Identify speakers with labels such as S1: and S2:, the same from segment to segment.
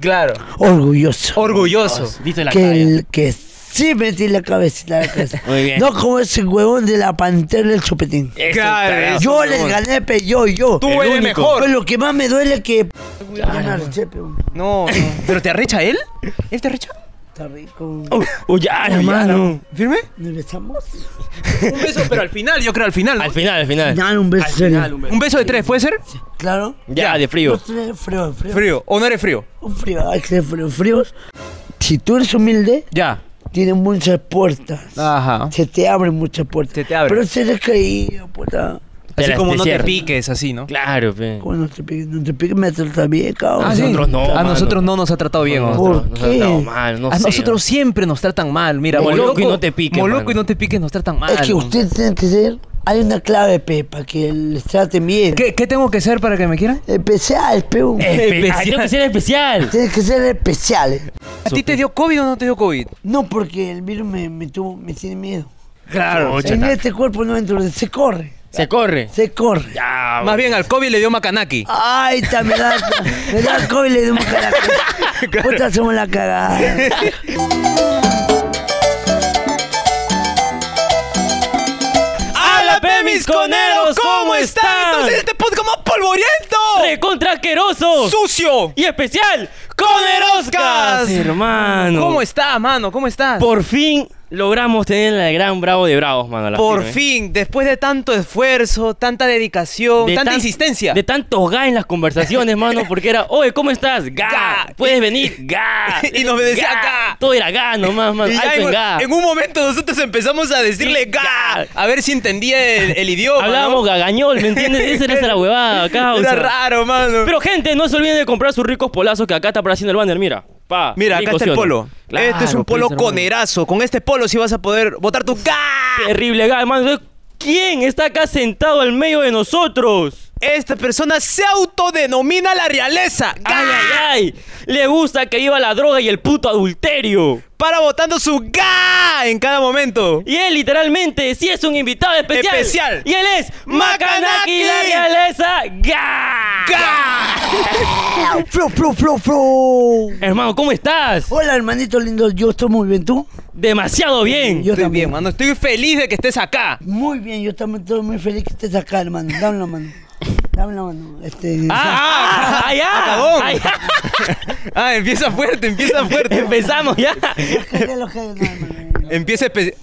S1: Claro.
S2: orgulloso.
S1: Orgulloso.
S3: Diste la
S2: que,
S3: talla.
S2: el- que sí metí la cabecita en la casa.
S3: Muy bien.
S2: No como ese huevón de la pantera del chupetín.
S3: Eso,
S1: Claro,
S3: carajo.
S1: eso.
S2: Yo les gané, pe, yo, yo.
S1: Tú
S3: El
S1: eres
S3: único.
S2: Pues
S1: mejor.
S2: lo que más me duele es que... voy a ganar, che, pe,
S1: No, no.
S3: ¿Pero te arrecha él? ¿Él te arrecha?
S2: Está rico.
S3: Oh. Uy, ya,
S2: Uy, ya,
S3: hermano. ¿Firme?
S2: ¿Nos besamos?
S1: Un beso, pero al final, yo creo al final. ¿no?
S3: Al final, al final.
S2: Dale un beso.
S3: Al
S2: serio.
S3: final, un beso.
S1: Un beso de tres, ¿puede ser?
S2: Claro.
S3: Ya, de
S2: No,
S3: frío.
S2: tú eres frío, frío.
S1: Frío. ¿O no eres frío?
S2: Un frío, hay que ser frío, fríos. Si tú eres humilde,
S1: Ya.
S2: tienes muchas puertas.
S1: Ajá.
S2: Se te abren muchas puertas.
S1: Se te abren.
S2: Pero si eres creído, puta.
S3: Te
S1: Así
S3: la-
S1: como
S3: te
S1: no te
S3: cierra.
S1: piques, así, ¿no?
S3: Claro, pe.
S2: Como no te piques, no te piques, me trata bien, cabrón.
S3: Ah, sí. nosotros no,
S1: A
S3: mano.
S1: nosotros no nos ha tratado bien.
S2: ¿Por
S1: ¿no?
S3: Nosotros- nosotros-
S2: qué?
S3: no, mal, no
S1: a
S3: sé.
S1: nosotros siempre nos tratan mal, mira.
S3: Moloco y no te piques,
S1: Moloco
S3: mano.
S1: y no te piques nos tratan mal.
S2: Es que
S1: ¿no?
S2: usted tiene que ser. Hay una clave, pe, para que les traten bien.
S1: ¿Qué, Eh. qué tengo que ser para que me quieran?
S2: Especial, pe. un-
S3: Espe-
S1: Especial.
S3: Ah, tengo que ser especial.
S2: Tienes que ser especial. eh.
S1: ¿A ti te dio COVID o no te dio COVID?
S2: No, porque el virus me, me tuvo, me tiene miedo.
S3: Claro.
S2: en este cuerpo no entro, se corre,
S3: Se corre.
S2: se corre.
S3: Ya,
S1: Más bien, al COVID le dio Macanaki.
S2: Ay, está, me da, me da COVID y le dimos carajo. Puta, hacemos la cagada.
S3: ¡Hala, pe, mis coneros! ¿Cómo están?
S1: Entonces, este podcast más
S3: ¡Oh!
S1: polvoriento!
S3: ¡Recontra asqueroso!
S1: ¡Sucio!
S3: Y especial, Coneroscas. Hermano.
S1: ¿Cómo estás, mano? ¿Cómo estás?
S3: Por fin logramos tener la gran Bravo de Bravos, mano. ¿eh? a la
S1: Por
S3: firme.
S1: fin, después de tanto esfuerzo, tanta dedicación,
S3: De
S1: tanta
S3: tan-
S1: insistencia.
S3: De tantos ga en las conversaciones, mano, porque era, oye, ¿cómo estás? Ga.
S1: Ga.
S3: ¿Puedes venir? Ga.
S1: Y nos decía, "Ga".
S3: Todo era ga nomás, mano.
S1: Y ya
S3: Alto en
S1: en,
S3: ga.
S1: en un momento nosotros empezamos a decirle
S3: pues, Sí,
S1: ga,
S3: ga.
S1: a ver si entendía el, el idioma.
S3: Hablábamos
S1: ¿no?
S3: gagañol, ¿me entiendes? Esa era la huevada, causa.
S1: Era raro, mano.
S3: Pero gente, no se olviden de comprar sus ricos polazos que acá está apareciendo el banner, mira. Pa,
S1: Mira, acá
S3: rico,
S1: está el
S3: ¿sí o no?
S1: polo.
S3: Claro,
S1: este es un polo
S3: pues, hermano.
S1: conerazo. Con este polo sí vas a poder botar tu ga.
S3: Terrible ga, hermano. Entonces, ¿Quién está acá sentado al medio de nosotros?
S1: Esta persona se autodenomina la realeza. ¡Ga!
S3: ¡Ay, ay, ay! Le gusta que viva la droga y el puto adulterio.
S1: Para botando su ga en cada momento.
S3: Y él literalmente sí es un invitado especial.
S1: Especial.
S3: Y él es
S1: Macanaki.
S3: Macanaki la realeza Ga.
S1: ¡Ga!
S2: Flo, flo, flo, flo.
S3: Hermano, ¿cómo estás?
S2: Hola, hermanito lindo, yo estoy muy bien, ¿tú?
S3: Demasiado bien.
S2: Yo
S1: Estoy
S2: también.
S1: bien, mano. Estoy feliz de que estés acá.
S2: Muy bien, yo también estoy muy feliz que estés acá, hermano. Dame la mano. Dame la mano. Este,
S3: Ah, ah, ah, ya.
S1: Acabón.
S3: Ah, ya.
S1: Ah, empieza fuerte, empieza fuerte.
S3: Empezamos ya.
S2: Déjate los que- no, hermano.
S1: Empieza espe-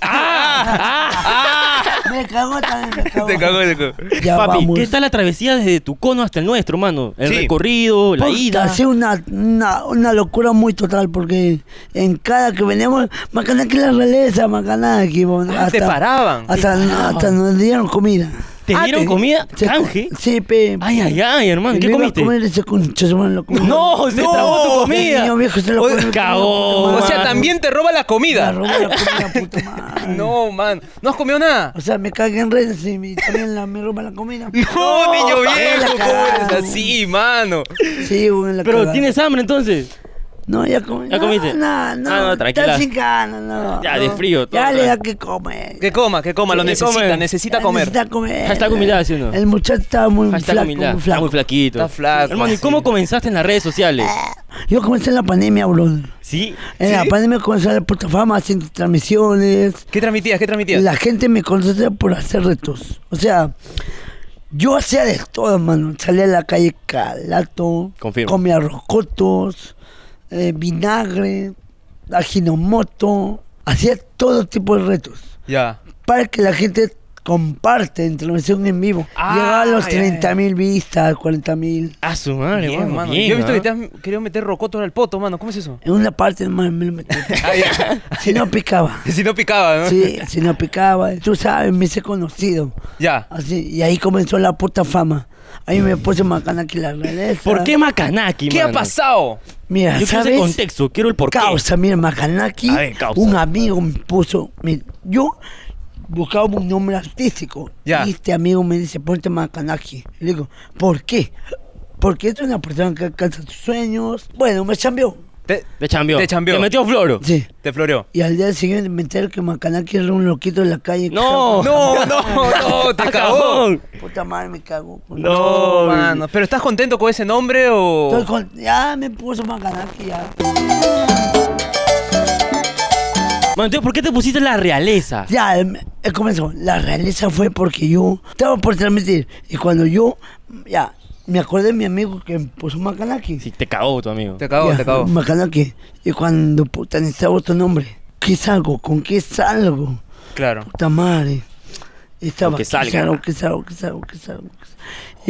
S3: Ah,
S1: ¡Ah!
S2: Me cagó también, me cagó.
S1: Te cagó, te cagó.
S2: Ya
S3: Papi,
S2: vamos.
S3: ¿qué tal la travesía desde tu cono hasta el nuestro, mano? El
S1: Sí.
S3: recorrido, la
S2: Puta,
S3: ida.
S2: Ha sido una, una, una locura muy total porque en cada que veníamos, Macanaki la realeza, Macanaki. bueno,
S1: Ah, te paraban.
S2: Hasta, hasta nos dieron comida.
S3: ¿Te
S1: Ah,
S3: dieron
S1: te-
S3: comida?
S2: Se-
S3: ¿Canje?
S2: Sí, pe.
S3: Ay, ay, ay, hermano,
S2: Yo
S3: ¿qué
S2: iba a
S3: comiste?
S2: comer ese concha de su madre, lo comí.
S3: No, se
S1: No,
S3: trabó tu
S2: El
S3: comida.
S2: niño viejo se lo
S1: O-
S2: come, lo
S3: cagó,
S2: come,
S1: O
S2: puta
S1: sea,
S2: madre.
S1: también te roba la
S2: Me
S1: comida. Ah,
S2: robó la comida, puta madre.
S1: No, man. ¿No has comido nada?
S2: O sea, me cagan redes y me- también la, me roban la comida. Ah,
S1: No, niño viejo, ¿cómo
S2: la
S1: eres
S2: cagada,
S1: así, mano?
S2: Sí, güey, la
S3: Pero
S2: cagada.
S3: tienes hambre entonces.
S2: No, ya comí.
S3: ¿Ya comiste?
S2: No, no,
S3: Ah, no,
S2: no,
S3: tranquila.
S2: Está sin ganas, no.
S3: Ya, de
S2: no.
S3: frío, todo
S2: Ya le
S3: tranquilo.
S2: da que comer.
S1: Que coma, que coma, lo
S3: Sí,
S1: necesita,
S3: come.
S1: necesita
S2: Ya
S1: comer.
S2: Necesita comer.
S3: Hashtag humildad, ¿sí o no?
S2: El muchacho estaba muy
S3: Hashtag
S2: flaco.
S3: humildad.
S2: muy
S3: Está
S2: flaco.
S3: muy flaquito.
S1: Está flaco,
S3: Hermano, ¿y
S1: sí. Ah,
S3: cómo comenzaste en las redes sociales?
S2: Yo comencé en la pandemia, bro. En
S3: Sí.
S2: la pandemia comencé a la puta fama haciendo transmisiones.
S1: ¿Qué transmitías? ¿Qué transmitías?
S2: La gente me conocía por hacer retos. O sea, yo hacía de todo, mano. Salía a la calle calato,
S3: Confirmo.
S2: comía rocotos, eh, vinagre, ajinomoto. Hacía todo tipo de retos
S1: Ya.
S2: para que la gente comparte en transmisión en vivo.
S1: Ah,
S2: Llegaba a los
S1: ya,
S2: 30 mil vistas, 40 mil.
S3: A su madre,
S1: Bien,
S3: mano.
S1: mano.
S3: bien,
S1: Yo he visto
S3: ¿ah?
S1: que te has querido meter rocoto al poto, mano. ¿Cómo es eso?
S2: En una parte más me lo metí.
S1: Ah, ya.
S2: Si no picaba.
S1: si no picaba, ¿no?
S2: Sí, si no picaba. Tú sabes, me hice conocido.
S1: Ya.
S2: Así, y ahí comenzó la puta fama. Ahí me puse macana aquí la realeza.
S3: ¿Por qué Macanaki,
S1: ¿Qué ha
S3: mano?
S1: pasado?
S2: Mira,
S3: Yo quiero
S2: ¿sabes?
S3: ese contexto, quiero el porqué.
S2: Causa, mira, Macanaki.
S3: A ver, causa.
S2: Un amigo me puso. mira, yo buscaba un nombre artístico.
S1: Ya.
S2: Y este amigo me dice, ponte Macanaki. Y le digo, ¿por qué? Porque es una persona que alcanza sus sueños. Bueno, me cambió.
S1: Te,
S3: Te chambió.
S1: Te chambió.
S3: Te metió floro.
S2: Sí.
S1: te floreó.
S2: Y al día siguiente me enteré que Macanaki era un loquito de la calle. que
S3: No.
S1: No, no, no, te cagó.
S3: Acabón.
S2: estaba- Puta madre, me cago.
S3: No,
S1: Mano, ¿pero estás contento con ese nombre
S2: Estoy
S1: o...?
S2: con- Ya me puso Macanaki, ya.
S3: Mano, entonces, ¿por qué te pusiste la realeza?
S2: Ya, em, eh, comenzó. La realeza fue porque yo estaba por transmitir. Y cuando yo, ya, me acordé de mi amigo que me puso Macanaki.
S3: Sí, te cagó tu amigo.
S1: Te cagó,
S2: Ya,
S1: te cagó.
S2: Macanaki. Y cuando, puta, necesitaba otro nombre. ¿Qué salgo? ¿Con qué salgo?
S1: Claro.
S2: Puta madre. Estaba,
S3: Lo que
S2: ¿qué
S3: salga.
S2: salgo, qué salgo, qué salgo, qué salgo, qué salgo?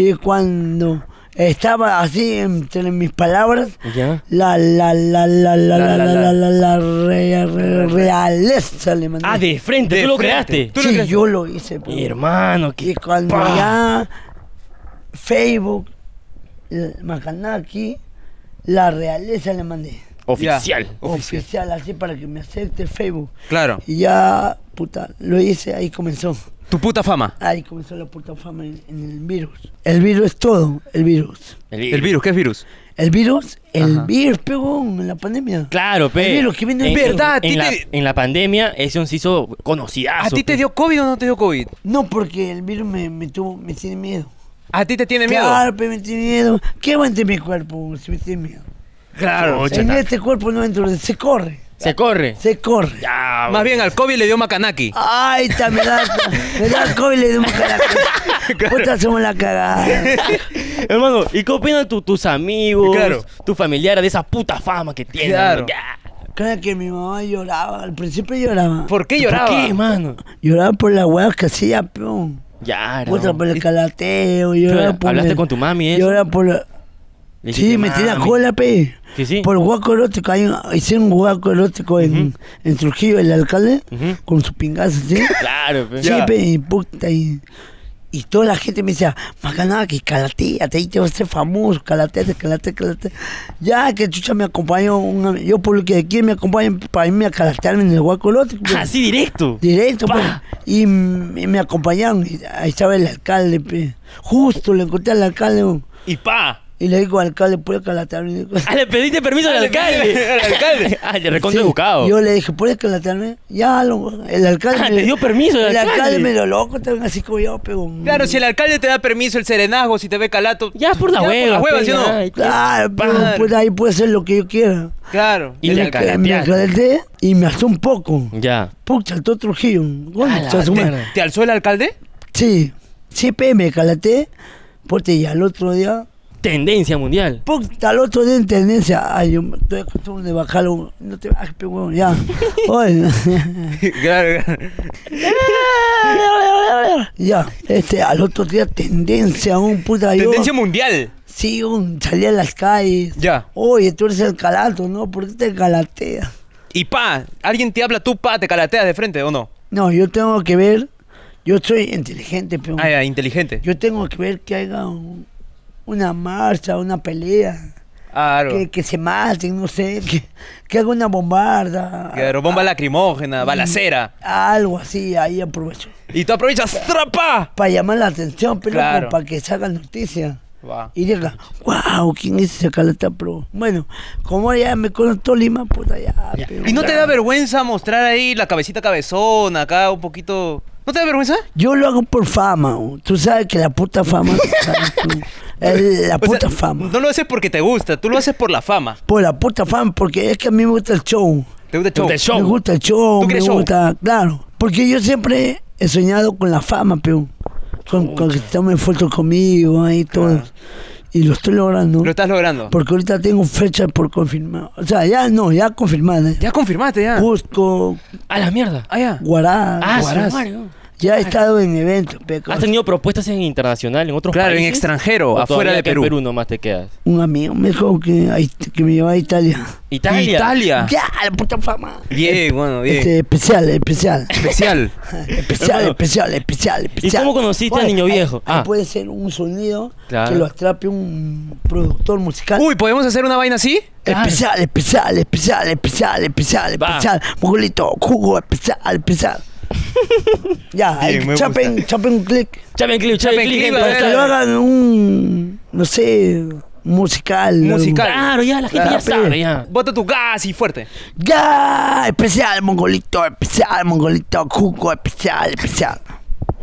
S2: Y cuando estaba así entre mis palabras,
S3: ¿Ya?
S2: la, la, la, la, la, la,
S1: La,
S2: la,
S1: la,
S2: la, la, la, re- re- realeza le mandé.
S3: Ah, de frente,
S1: De
S3: tú lo
S1: frente.
S3: creaste.
S1: ¿Tú lo
S2: Sí,
S1: crees?
S2: yo lo hice. pues.
S3: Mi hermano, qué.
S2: Y cuando
S3: pa.
S2: ya Facebook, eh, Macanaki, la realeza le mandé.
S3: Oficial.
S1: Ya.
S2: Oficial.
S1: Oficial.
S2: así para que me acepte Facebook.
S1: Claro.
S2: Y ya, puta, lo hice, ahí comenzó.
S1: Tu puta fama.
S2: Ahí comenzó la puta fama en, en el virus. El virus es todo, el virus.
S1: El virus, ¿qué es virus?
S2: El virus, el
S1: Ajá.
S2: virus pegó en la pandemia.
S3: Claro, pero.
S2: El virus que vino
S3: en,
S2: en-
S1: Verdad, a
S3: en,
S1: ti
S3: la,
S1: te-
S3: en la pandemia, ese se hizo conocidazo.
S1: ¿A ti te
S3: pe.
S1: dio COVID o no te dio COVID?
S2: No, porque el virus me, me tuvo, me tiene miedo.
S1: ¿A ti te tiene miedo?
S2: Claro, pe, me tiene miedo. ¿Qué va entre mi cuerpo si me tiene miedo?
S1: Claro.
S3: Oye,
S2: en
S3: taca.
S2: este cuerpo no entro, se corre,
S3: Se corre.
S2: se corre.
S3: Ya,
S1: Más bien al COVID le dio Macanaki.
S2: Ay, está, me da, me da COVID y le dimos carajo. Puta, somos la cagada.
S3: Hermano, ¿y qué opinan tu- tus amigos,
S1: Claro.
S3: tus familiares de esa puta fama que tienen?
S1: Claro.
S3: Ya.
S2: Claro que mi mamá lloraba, al principio lloraba.
S1: ¿Por qué
S3: ¿Por
S1: lloraba?
S3: qué, hermano?
S2: Lloraba por la hueá que hacía, peón.
S3: Ya,
S2: Puta,
S3: hermano.
S2: por el
S3: Le
S2: calateo, lloraba
S3: Pero,
S2: por...
S3: ¿hablaste
S2: el-
S3: con tu mami de eso?
S2: Lloraba por... la-
S3: dijiste,
S2: Sí, me tenía
S3: "Mami".
S2: cola, pe.
S3: Sí, sí.
S2: Por huaco erótico, hay un- hicieron un huaco erótico en, en Trujillo, el alcalde,
S3: Ujú.
S2: con su pingazo, ¿sí?
S3: Claro, pe.
S2: Sí, pe, y puta, y, y toda la gente me decía, Macanaki, calateate, ahí te vas a ser famoso, calateate, calateate, calateate. Ya que chucha me acompañó, un ami- yo por lo que quiere me acompaña para irme a calatearme en el guacolote. pues,
S3: Así directo.
S2: Directo,
S3: Ah, Pa.
S2: pues, y me, me acompañaron, y ahí estaba el alcalde, pe. justo le encontré al alcalde, bo,
S3: Y pa.
S2: y le digo, alcalde, ¿puedes calatearme? Le digo,
S3: Ah, le pediste permiso al
S1: Ah, le
S3: alcalde.
S1: pediste al alcalde.
S3: ah, le recontra
S2: Sí.
S3: educado.
S2: Yo le dije, ¿puedes calatearme? Ya, lo- el alcalde.
S3: Ah,
S2: me-
S3: te dio permiso el
S2: El alcalde
S3: alcalde.
S2: me lo loco, también así como yo, pero.
S1: Claro, si el alcalde te da permiso, el serenazgo, si te ve calato.
S3: Ya por la
S1: Ya por
S3: hueva.
S1: la hueva,
S3: pe,
S1: ¿sí o no?
S3: ya, y-
S2: Claro, pero
S1: Padre.
S2: pues ahí puedo hacer lo que yo quiera.
S1: Claro.
S3: Y
S2: me,
S3: te
S2: me
S3: calateaste.
S2: calateé y me asó un poco.
S3: Ya.
S2: Pum, saltó Trujillo. Gol,
S3: A la
S2: se asomó.
S3: verga.
S1: ¿Te alzó el alcalde?
S2: Sí, sí, pe, me calaté. Porque y al otro día,
S3: Tendencia mundial.
S2: pum, al otro día en tendencia, ay, yo me- estoy acostumbrado de bajarlo, no te bajes, pe, huevón, ya. Oye,
S1: claro. claro.
S2: ya, este, al otro día tendencia, un puta, yo,
S1: Tendencia mundial.
S2: sí, un, salí a las calles.
S1: Ya.
S2: Oye, tú eres el calato, ¿no? ¿Por qué te calateas?
S1: Y pa, alguien te habla, tú pa, te calateas de frente o no.
S2: No, yo tengo que ver. Yo soy inteligente, pero
S1: Ah, ya, inteligente.
S2: yo tengo que ver que haya un- una marcha, una pelea,
S1: Claro.
S2: que, que se maten, no sé, que, que haga una bombarda.
S1: Claro,
S3: Ah.
S1: bomba
S3: Mm.
S1: lacrimógena, balacera.
S2: Algo así, ahí aprovecho.
S1: Y tú aprovechas, ¡trapa!
S2: Para llamar la atención, pero
S1: Claro.
S2: para que salgan noticias.
S1: Va.
S2: Y diga, wow, ¿quién es ese calata pro? Bueno, como ya me conozco Lima, puta ya. pero-
S1: ¿Y no te da vergüenza mostrar ahí la cabecita cabezona, acá un poquito? ¿No te da vergüenza?
S2: Yo lo hago por fama, o. tú sabes que la puta fama. ¿sabes tú? El- la
S1: O sea,
S2: puta fama.
S1: No lo haces porque te gusta, tú lo haces por la fama.
S2: Por Pues la puta fan, porque es que a mí me gusta el show.
S1: Te gusta el show.
S3: Te show.
S2: Me gusta el show,
S1: ¿Tú
S2: me
S1: quieres show?
S2: gusta, claro. Porque yo siempre he soñado con la fama, peón. Con, con que tomen fotos conmigo ahí todos. Y lo estoy logrando.
S1: Lo estás logrando.
S2: Porque ahorita tengo fecha por confirmar. O sea, ya no, ya confirmada. ¿eh?
S1: Ya confirmaste, ya.
S2: Cusco,
S3: A la mierda.
S1: Ah, ya.
S2: Guará.
S3: Ah, su
S2: Guaraz.
S3: madre, Ah, ¿no?
S2: Ya he estado en eventos, pe, con-
S3: ¿Has tenido propuestas en internacional, en otros
S1: Claro, en
S3: países?
S1: extranjero,
S3: ¿O
S1: afuera
S3: todavía
S1: de
S3: acá
S1: Perú?
S3: En Perú nomás te quedas.
S2: Un amigo me dijo que, ahí- que me llevaba a Italia.
S3: Italia.
S1: Italia.
S2: Ya, la puta fama.
S1: Bien, bueno, bien.
S2: Este, especial, especial.
S1: Especial.
S2: Especial,
S3: Hermano.
S2: especial, especial, especial.
S3: cómo conociste al niño
S2: ahí-
S3: viejo?
S2: ahí
S3: Ah.
S2: puede ser un sonido
S3: Claro.
S2: que lo atrape un productor musical.
S1: Uy, ¿podemos hacer una vaina así?
S3: claro.
S2: Especial, especial, especial, espal, especial,
S3: Va.
S2: especial. Mongolito, jugo, especial, especial. ya, ahí
S1: Bien, me
S2: chapen, chapen un clic.
S3: Chapen clip, chapen
S1: Chapen
S3: clip.
S1: clip,
S3: entonces,
S1: a
S2: Que
S1: ver.
S2: lo hagan un, no sé, musical.
S1: Musical.
S3: Claro, ya, la gente
S2: Claro,
S3: ya
S2: pe.
S3: sabe, ya.
S1: Bota tu gas y fuerte.
S2: Ya, especial, mongolito, especial, mongolito, cuco, especial, especial.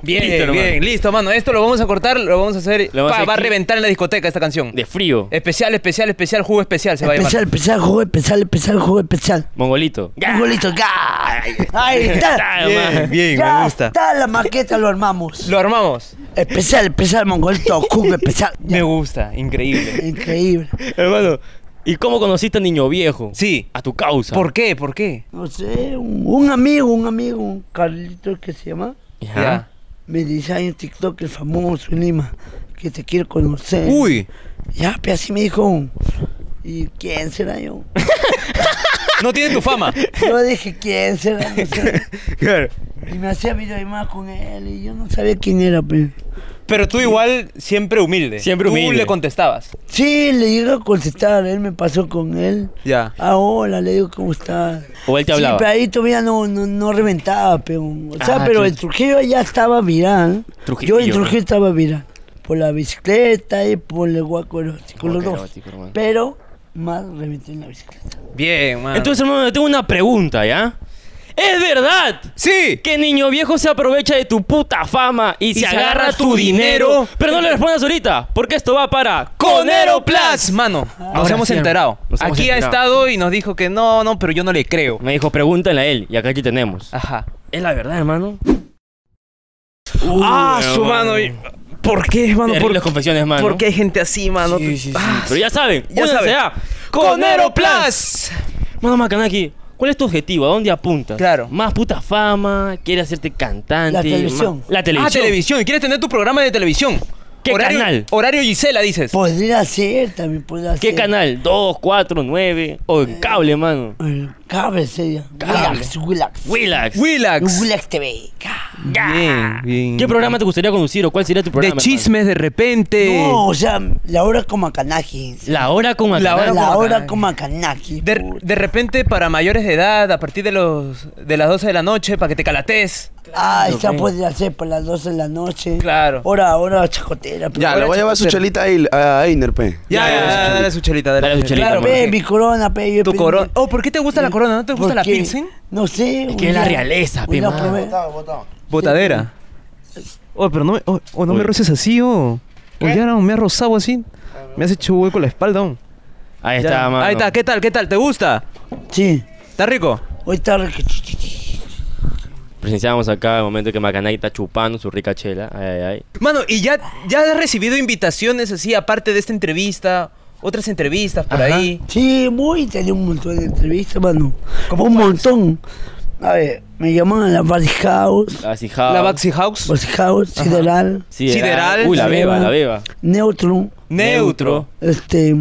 S1: Bien,
S3: Listo, hermano.
S1: bien, listo, mano. Esto lo vamos a cortar, lo vamos a hacer.
S3: Lo vamos
S1: pa,
S3: a hacer
S1: va a
S3: clip.
S1: reventar en la discoteca esta canción.
S3: De frío.
S1: Especial, especial, especial, jugo especial se va a llamar.
S2: Especial, especial, jugo, especial, especial, jugo, especial.
S3: Mongolito.
S2: Mongolito, ya. Ahí
S3: Está,
S2: está.
S1: Bien,
S3: hermano.
S1: bien,
S2: Ya
S1: me gusta.
S2: está la maqueta, lo armamos.
S1: Lo armamos.
S2: Especial, especial, mongolito, cuco, especial.
S1: Me gusta, increíble.
S2: Increíble.
S3: Hermano, ¿y cómo conociste a Niño Viejo?
S1: Sí.
S3: A tu causa.
S1: ¿Por qué? ¿Por qué?
S2: No sé, un, un amigo, un amigo, un Carlito que se llama,
S3: Ya.
S1: Ya.
S2: me dice, hay un TikTok el famoso en Lima, que te quiero conocer.
S1: Uy.
S2: Ya, pues así me dijo. ¿Y quién será yo?
S1: No tiene tu fama.
S2: Yo dije, ¿quién será? No sé.
S1: Claro.
S2: Y me hacía videollamadas con él y yo no sabía quién era. Pero...
S1: Pero tú igual siempre humilde.
S3: Siempre
S1: Tú
S3: humilde.
S1: le contestabas.
S2: Sí, le llegué a contestar, él me pasó con él.
S1: Ya.
S2: Ah, hola, le digo, ¿cómo estás?
S3: O él te
S2: Sí,
S3: hablaba.
S2: pero ahí todavía no, no, no reventaba, pero... O sea,
S3: Ah,
S2: pero
S3: chuta.
S2: el Trujillo ya estaba viral.
S3: Trujillo.
S2: Yo en Trujillo estaba viral. Por la bicicleta y por el guaco erótico, los
S3: Guaco
S2: dos.
S3: erótico, hermano.
S2: Pero más reventé en la bicicleta.
S1: Bien, mano.
S3: Entonces, hermano, yo tengo una pregunta, ¿ya? ¡Es verdad!
S1: Sí.
S3: Que niño viejo se aprovecha de tu puta fama y, se, agarra, tu dinero. Pero no le respondas ahorita, porque esto va para Conero Plus.
S1: Mano, nos
S3: Ahora
S1: hemos
S3: sí,
S1: enterado.
S3: nos hemos
S1: Aquí ha
S3: enterado.
S1: estado y nos dijo que no, no, pero yo no le creo.
S3: Me dijo, pregúntale a él, y acá aquí tenemos.
S1: Ajá.
S3: Es la verdad, hermano.
S1: ah,
S3: hermano.
S1: su mano. y- ¿Por qué, mano? ¿Por,
S3: Terribles confesiones, mano.
S1: por qué hay gente así, mano?
S3: Sí, sí, sí.
S1: Ah,
S3: Pero ya saben,
S1: Ya
S3: únanse
S1: saben.
S3: a
S1: Conero
S3: Plus.
S1: Plus.
S3: Mano Macanaki, ¿cuál es tu objetivo? ¿A dónde apuntas?
S1: Claro.
S3: Más puta fama, quieres hacerte cantante.
S2: La televisión.
S3: ma- La
S1: Ah,
S3: televisión.
S1: televisión. ¿Quieres tener tu programa de televisión?
S3: ¿Qué
S1: horario,
S3: canal?
S1: Horario Gisela, dices.
S2: Podría ser, también podría ser.
S3: ¿Qué canal? 2, 4, 9 o en cable, mano.
S2: El cable sería.
S3: Cable.
S2: Willax, Willax.
S3: Willax.
S1: Willax.
S2: Willax TV. Ca-
S1: Bien, bien.
S3: ¿Qué programa te gustaría conducir o cuál sería tu
S1: De
S3: programa?
S1: chismes, de repente.
S2: No, o sea, la hora con Macanaki.
S3: hermano? La hora con
S1: La
S3: Macanaki.
S1: hora con
S2: La hora
S1: Macanaki.
S2: con Macanaki.
S1: De,
S2: puta.
S1: de repente para mayores de edad, a partir de los de las 12 de la noche, para que te calates.
S2: Ah, esa
S3: ok.
S2: podría ser para las 12 de la noche.
S1: Claro.
S2: Hora, hora chacotera.
S1: Ya,
S2: pero-
S1: la
S4: Le voy a llevar su chelita a Il- a Einer, pe.
S1: Ya, ya, ya, dale su chelita, dale,
S3: Dale su chelita,
S1: Claro,
S2: Claro,
S3: mano.
S1: ve,
S2: ve,
S1: mi-
S2: mi corona, pe. yo
S1: tu
S2: pe-
S1: corona. Oh, ¿por qué te gusta la corona? ¿No te gusta la
S2: Porque-
S1: pilsen?
S2: No sé. un
S3: que es la
S2: día-
S3: realeza,
S2: un
S3: pe,
S2: día
S3: mano.
S2: probé.
S1: Botadera. Oh, pero no me, oh, oh, no me
S3: Uy.
S1: roces así, oh. Oh, ya no, me has rozado así. Me has hecho hueco la espalda, oh.
S3: Ahí
S1: Ya.
S3: está, mano.
S1: Ahí está, ¿qué tal? ¿Qué tal? ¿Te gusta?
S2: Sí.
S1: ¿Está rico?
S2: Hoy está re-
S3: Presenciamos acá el momento que Macanaki está chupando su rica chela. Ay, ay, ay.
S1: Mano, ¿y ya, ya has recibido invitaciones así, aparte de esta entrevista? Otras entrevistas por
S3: Ajá.
S1: ahí.
S2: Sí, muy, tenía un montón de entrevistas, mano. Como un montón. A ver, me llamaban a la Body House,
S3: Así, jao.
S1: La Baxi House.
S2: Body House, Sideral,
S1: Sideral.
S3: Uy, la
S2: La
S3: beba,
S2: beba.
S3: la beba.
S2: Neutron,
S1: Neutro.
S2: este...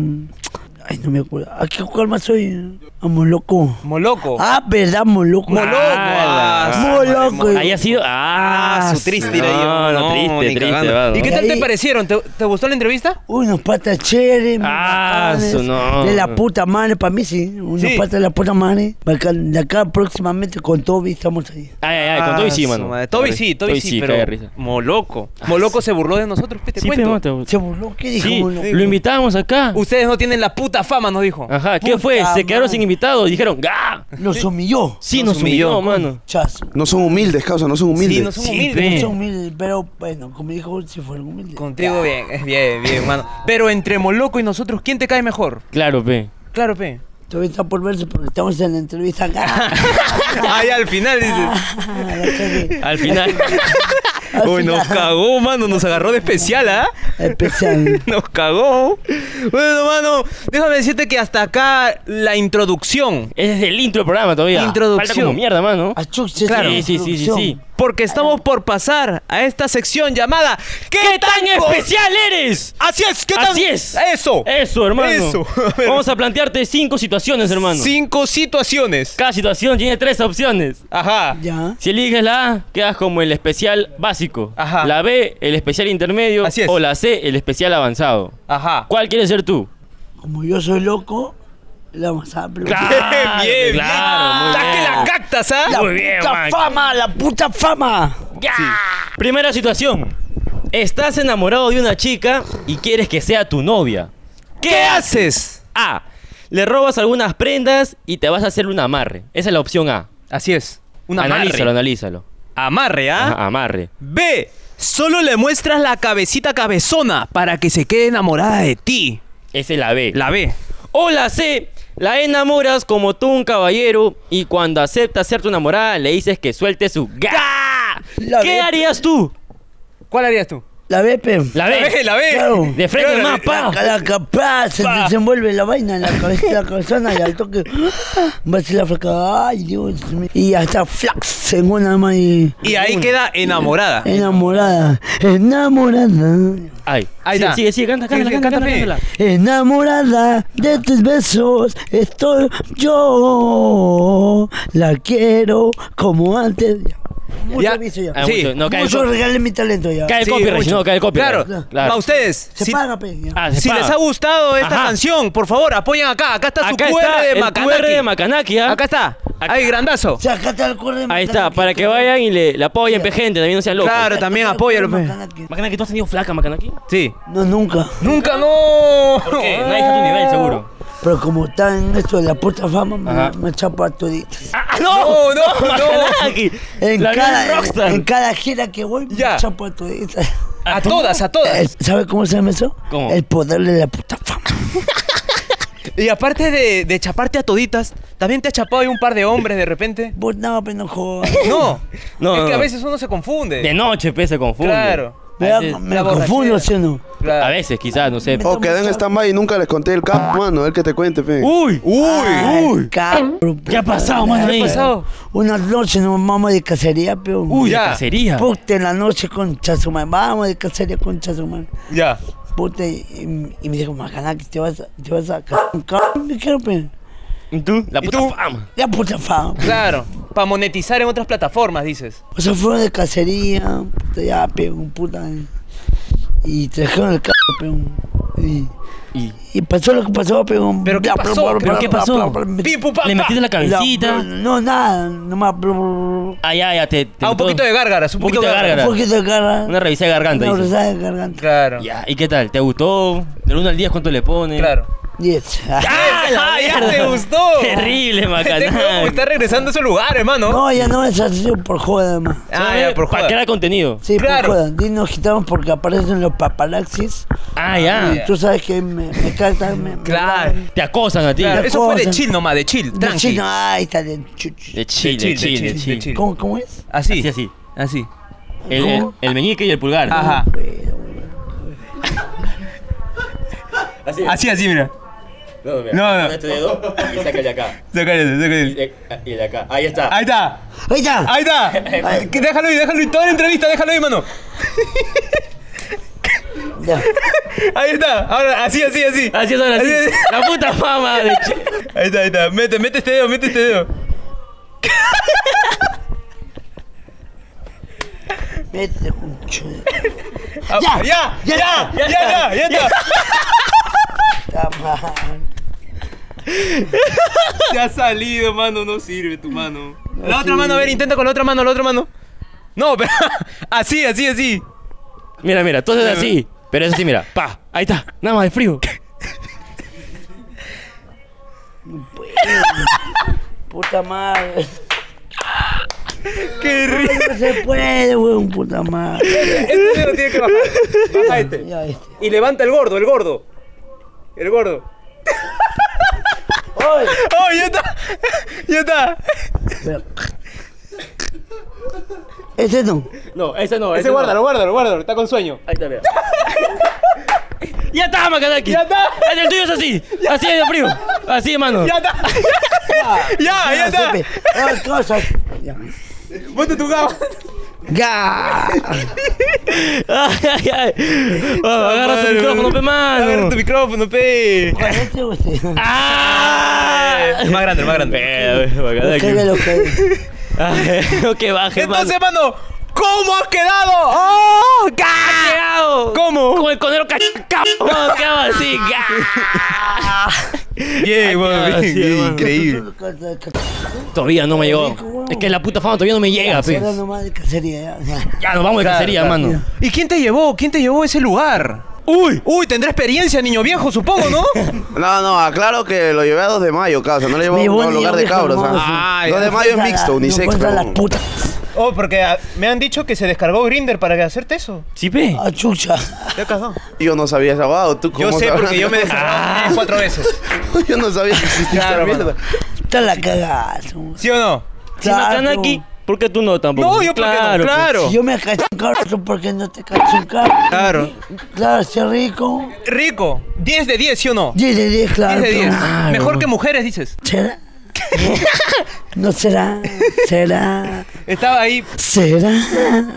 S2: Ay, no me acuerdo. ¿A qué cuál más soy? A Moloco.
S1: Moloco.
S2: Ah, verdad, Moloco.
S1: Moloco.
S3: Ah,
S1: Ah,
S2: Moloco.
S1: madre, Moloco.
S3: Ahí ha sido. Ah,
S1: Ah, su triste
S3: no,
S1: era
S3: no,
S1: yo.
S3: triste,
S1: ni
S3: triste.
S1: cagando.
S3: va,
S1: ¿Y
S3: no.
S1: qué tal te
S2: Ahí-
S1: parecieron? ¿Te, te gustó la entrevista?
S2: Unos patas chéveres.
S3: Ah,
S2: bacanes,
S3: su no.
S2: De la puta madre, para mí sí. Unos
S1: Sí.
S2: patas de la puta madre. Bacán. De acá próximamente con Toby estamos ahí.
S3: Ay, ay, ay, Eh, con Toby sí,
S1: Ah, su
S3: mano.
S1: madre. Toby sí, Toby sí,
S3: cae de
S1: pero
S3: risa. Ah,
S1: Moloco. Moloco se burló de nosotros, pe, te
S3: Sí,
S1: cuento.
S3: pero-
S2: Se burló, ¿qué dijo
S3: Sí,
S2: Moloco?
S3: lo invitamos acá.
S1: Ustedes no tienen la puta fama, nos dijo.
S3: Ajá, ¿qué
S2: Puta
S3: fue? Se quedaron
S2: madre.
S3: sin invitados. Dijeron, ¡ga!
S2: Nos humilló.
S3: Sí,
S1: Nos
S3: nos humilló,
S1: humilló.
S3: mano.
S2: Chazo.
S4: No son humildes, causa, no son humildes.
S1: Sí, no son
S3: Sí,
S1: humildes.
S3: pe.
S2: Son humildes, pero bueno, como dijo, si fueron humildes.
S1: Contigo bien, es bien, bien, mano. Pero entre Moloco y nosotros, ¿quién te cae mejor?
S3: Claro, pe.
S1: Claro, pe.
S2: Todavía está por verse porque estamos en la entrevista acá. Ah,
S1: Ay, al final
S3: Ah,
S1: dices.
S2: La cagué.
S3: Al final.
S2: Al
S1: Uy, nos
S2: final.
S1: cagó, mano. Nos agarró de especial, ¿ah?
S2: Especial.
S1: Nos cagó. Bueno, mano, déjame decirte que hasta acá la introducción.
S3: ese es el intro del programa todavía.
S1: Introducción.
S3: Falta como mierda, mano.
S2: A Chuxe,
S3: Claro.
S2: esa
S3: Sí, sí, sí, sí, sí.
S2: producción.
S1: Porque estamos por pasar a esta sección llamada ¿Qué,
S3: ¡Qué tan
S1: co-
S3: especial eres!
S1: Así es, ¿qué tan
S3: Así es.
S1: Eso.
S3: Eso, hermano.
S1: Eso. A ver.
S3: Vamos a plantearte cinco situaciones, hermano.
S1: Cinco situaciones.
S3: Cada situación tiene tres opciones.
S1: Ajá.
S2: Ya.
S3: Si eliges la A, quedas como el especial básico.
S1: Ajá.
S3: La B, el especial intermedio.
S1: Así es.
S3: O la C, el especial avanzado.
S1: Ajá.
S3: ¿Cuál quieres ser tú?
S2: Como yo soy loco, la vamos a hablar.
S3: Ah, Claro,
S1: bien,
S3: claro,
S1: bien.
S3: muy
S1: Ya que
S3: bien.
S1: la cactas, ¿ah?
S2: La
S3: Muy bien,
S2: puta
S3: man.
S2: fama, la puta fama.
S3: Ya. Primera situación. Estás enamorado de una chica y quieres que sea tu novia.
S1: ¿Qué haces?
S3: A. Le robas algunas prendas y te vas a hacer un amarre. Esa es la opción A.
S1: Así es. Un amarre.
S3: analízalo, analízalo.
S1: Amarre, ¿ah?
S3: Ajá, amarre.
S1: B. Solo le muestras la cabecita cabezona para que se quede enamorada de ti.
S3: Esa es la B.
S1: La B.
S3: O la C. La enamoras como tú un caballero y cuando acepta ser tu enamorada le dices que suelte su ga.
S2: La
S3: ¿Qué
S2: B.
S3: harías tú?
S1: ¿Cuál harías tú?
S2: La ve, pe.
S3: La B.
S1: La B, la B.
S2: Claro.
S3: De frente
S1: Claro,
S3: más, pa.
S2: La, la capaz, se
S1: Pa.
S2: desenvuelve la vaina en la cabeza, la cabezona y al toque va a ser la flaca, ay Dios mío. Y hasta flax en una más y
S1: Y ahí queda enamorada.
S2: enamorada, enamorada,
S3: Ay.
S1: Ahí
S3: Sí,
S1: está.
S3: Sigue, sigue, canta,
S1: Sigue,
S3: canta,
S1: sigue,
S3: canta,
S1: canta,
S3: canta.
S2: enamorada de tus besos, estoy yo, la quiero como antes. Ya. Mucho
S1: Ya.
S2: aviso ya.
S3: Ah,
S1: Sí.
S3: mucho- No, cae el
S2: Mucho
S3: co-
S2: regalen mi talento ya.
S3: cae el
S1: Sí,
S3: copyright,
S1: mucho.
S3: no, cae el copyright.
S1: Claro.
S3: Claro.
S1: A ustedes.
S2: Se
S1: si-
S2: paga, pe. ya.
S3: Ah, se
S1: Si
S3: paga.
S1: les ha gustado esta
S3: Ajá.
S1: canción, por favor, apoyen acá. Acá está su
S3: Acá
S1: QR
S3: está
S1: de
S3: el
S1: Macanaki.
S3: QR de Macanaki, ¿ah?
S1: Acá está. Ahí, grandazo.
S2: O sea, acá está el correo de
S3: Ahí está,
S2: Macanaki,
S3: para que
S2: claro.
S3: vayan y le, le apoyen, pe, gente, también no sean locos.
S1: Claro, también
S2: Acá está el
S1: apóyalo,
S2: correo de
S1: pe.
S2: Macanaki.
S3: Macanaki, ¿tú has tenido flaca, Macanaki?
S1: Sí.
S2: No, nunca.
S1: Nunca no.
S3: ¿Por qué? Eh, Nadie está a tu nivel, seguro.
S2: Pero como está en esto de la puta fama,
S3: Ajá.
S2: me, me chapa toditas.
S3: ¡Ah, no!
S1: No, no,
S3: Macanaki.
S2: En
S3: La gran
S2: cada,
S3: rockstar.
S2: en cada gira que voy,
S1: Ya.
S2: me chapa toditas.
S1: A todas, a todas.
S2: ¿Sabes cómo se llama eso?
S3: ¿Cómo?
S2: El poder de la puta fama.
S1: Y aparte de, de chaparte a toditas, también te ha chapado ahí un par de hombres de repente.
S2: Vos no, pero no jodas.
S1: No.
S3: No,
S1: es
S3: no,
S1: que a
S3: no.
S1: veces uno se confunde.
S3: De noche, pe, se confunde.
S1: Claro.
S2: Me,
S3: A
S2: da-
S3: veces-
S2: me
S1: la borrachera.
S2: confundo, ¿sí o no?
S1: Claro.
S3: A veces, quizás, no sé.
S4: O quedan en stand-by y nunca les conté el caso, mano. A ver que te cuente, pe.
S3: ¡Uy!
S2: Ay,
S3: ¡Uy!
S2: cabrón,
S3: ¿Qué ha pasado,
S2: puta,
S3: mano?
S2: ¿Qué
S3: ahí?
S2: ha
S1: pasado?
S2: Una noche nos vamos de cacería, pero...
S3: ¡Uy,
S1: Ya.
S3: la cacería!
S2: Puta, en la noche con Chazumán. Vamos de cacería con Chazumán.
S1: Ya.
S2: Puta, y, y me dijo, Macanaki, te vas a, te vas a casar con un cabrón. Me quiero, pe.
S3: ¿Y tú? La puta
S1: tú?
S3: fama.
S2: La puta fama.
S1: Claro. Para monetizar en otras plataformas, dices.
S2: O sea, fueron de cacería, puta, ya, pe, un puta. eh. Y trajeron el carro, pe, un- y,
S3: Y
S2: y pasó lo que pasó, pe, un-
S1: ¿Pero qué
S2: bla, bla,
S1: pasó?
S2: bla,
S1: ¿Pero
S2: bla,
S3: qué
S2: bla,
S3: pasó?
S2: bla, bla, me-
S1: Pim, pum, pam,
S3: le
S1: pam.
S3: metiste la
S2: la-
S3: cabecita.
S2: no, nada, nomás. bla, bla, bla, bla.
S3: Ah, ya, ya, te. te
S1: Ah, un
S3: botó-
S1: poquito de gárgaras, un poquito de
S2: Un
S1: gárgaras.
S2: poquito de cara.
S3: Una revisa de garganta.
S2: una
S3: dices.
S2: abrazada de garganta.
S1: Claro.
S3: Ya, ¿y qué tal? ¿Te gustó? Del 1 al 10, ¿cuánto le pones?
S1: Claro.
S2: Diez.
S3: ¡Ah, la
S1: Ah, ya
S3: mierda!
S1: te gustó.
S3: Terrible,
S1: Este huevo
S3: Macanaki.
S1: está regresando a ese lugar, hermano.
S2: No, ya no es así por joda, más.
S1: Ah, ya, por
S3: Para
S1: joder.
S3: crear contenido.
S2: Sí,
S1: Claro.
S2: por joda. Di, Nos quitamos porque aparecen los paparaxis.
S3: Ah, ya.
S2: Y tú sabes que me, me cantan. me- me-
S1: Claro.
S3: Te acosan a ti.
S1: Claro,
S2: la
S1: Eso fue de
S2: cosa.
S1: chill nomás, de chill,
S2: De
S1: tranqui.
S2: chino, ay, está de chuchu.
S3: De chill, de chill, de chill.
S1: chill.
S2: ¿Cómo, ¿Cómo es?
S1: Así.
S3: Así, así.
S1: Así.
S3: El, el, el meñique y el pulgar.
S1: Ajá.
S2: Pero,
S1: Así, así, mira.
S3: No,
S1: No, no.
S3: Este dedo y saca el de acá.
S1: Sácale, sácale.
S3: Y el de acá. Ahí está.
S1: Ahí está.
S2: Ahí está.
S1: Ahí está. Que Déjalo ahí, déjalo ahí. Toda la entrevista, déjalo ahí, mano.
S2: Ya.
S1: Ahí está. Ahora, así, así, así.
S3: Así es ahora sí.
S1: Así es.
S3: La puta fama de chi-
S1: Ahí está, ahí está. Mete, mete este dedo, mete este dedo.
S2: Vete, cucho.
S1: Ah,
S2: Ya,
S1: ya,
S2: ya
S1: ya, ya, ya, ya está.
S2: Está mal.
S1: Te ha salido, mano. No sirve tu mano. La otra mano, a ver, intenta con la otra mano, la otra mano. No, pero así, así, así.
S3: Mira, mira, todo es así. Pero eso sí, mira. Pa, ahí está. Nada más de frío.
S2: Puta madre.
S1: Qué rico.
S2: No se puede, weón, puta madre.
S1: Este dedo tiene que bajar. Baja este.
S2: Ya, este.
S1: Y levanta el gordo, el gordo. El gordo.
S2: ¡Oye!
S1: ¡Oh, ya está! ¡Ya está!
S2: Pero- Este no.
S3: No, ese no.
S1: Ese guárdalo, guárdalo, guárdalo. Está con sueño.
S3: Ahí está, mira. ya está, Macanaki.
S1: Ya está.
S3: El del tuyo es así. Así es de frío. Así, mano.
S1: ¡Ya está! ¡Ya, ya está!
S2: Sepe. Ay, Ah, cosas. Ya.
S1: ¡Ponte tu gama!
S2: Ya.
S3: Ay, ay, ay. Vamos, agarra tu
S1: Mano.
S3: micrófono, pe, mano.
S1: Agarra tu micrófono, pe.
S2: ¿Con este o este?
S3: ¡Ah!
S1: El Eh, más grande, el más grande. Eh,
S3: Pero,
S2: Lo que ve, lo
S3: Macanaki.
S2: que ve.
S3: Ay, no, que baje,
S1: Entonces, mano, ¿cómo has quedado? ¡Oh!
S3: ¡Ga! Quedado.
S1: ¿Cómo?
S3: Como el conero cachaca. Mano, quedaba así. ¡Ga!
S1: Bien,
S3: Ah,
S1: bueno,
S3: sí, hermano.
S1: increíble.
S3: Todavía no me llegó.
S2: rico,
S3: Es que la puta fama todavía no me llega, pe.
S2: Ahora nomás de cacería. ya.
S3: Ya nos vamos de
S1: Claro,
S3: cacería,
S1: claro.
S3: mano.
S1: ¿Y quién te llevó? ¿Quién te llevó a ese lugar? Uy, uy, tendrá experiencia, niño viejo, supongo, ¿no?
S4: No, no, aclaro que lo llevé a 2 de mayo, causa. No lo llevé
S2: Me
S4: a
S2: llevó
S4: un
S2: ni
S4: lugar
S2: yo,
S4: de
S2: viejo
S4: cabros.
S2: hermoso.
S4: ah.
S1: Ay,
S4: 2 de
S1: no pues,
S4: mayo es mixto,
S2: No
S4: unisex.
S2: encuentra
S4: pero-
S2: las putas.
S1: Oh, porque ah, me han dicho que se descargó Grinder para hacerte eso.
S3: Sí, pe.
S2: Ah, chucha.
S1: ¿Te has casado?
S4: Yo no sabía esa wow, ¿tú
S1: Yo
S4: cómo
S1: sé
S4: sabrás?
S1: porque yo me descargué cuatro veces.
S4: Yo no sabía que existía esa
S1: Claro,
S4: mierda.
S2: Está la cagada. su-
S1: ¿Sí o no?
S3: Si Macana aquí, ¿por qué tú no tampoco?
S1: No, yo por qué no.
S3: pe.
S1: Claro. pues.
S2: Si yo me cacho un carro, ¿tú por qué no te cacho un carro?
S1: Claro.
S2: Claro, si es rico.
S1: Rico. 10 de 10, ¿sí o no?
S2: 10 de 10, claro.
S1: 10 de 10.
S2: claro.
S1: Mejor que mujeres, dices.
S2: ¿Será? ¿No será? ¿Será?
S1: Estaba ahí.
S2: ¿Será?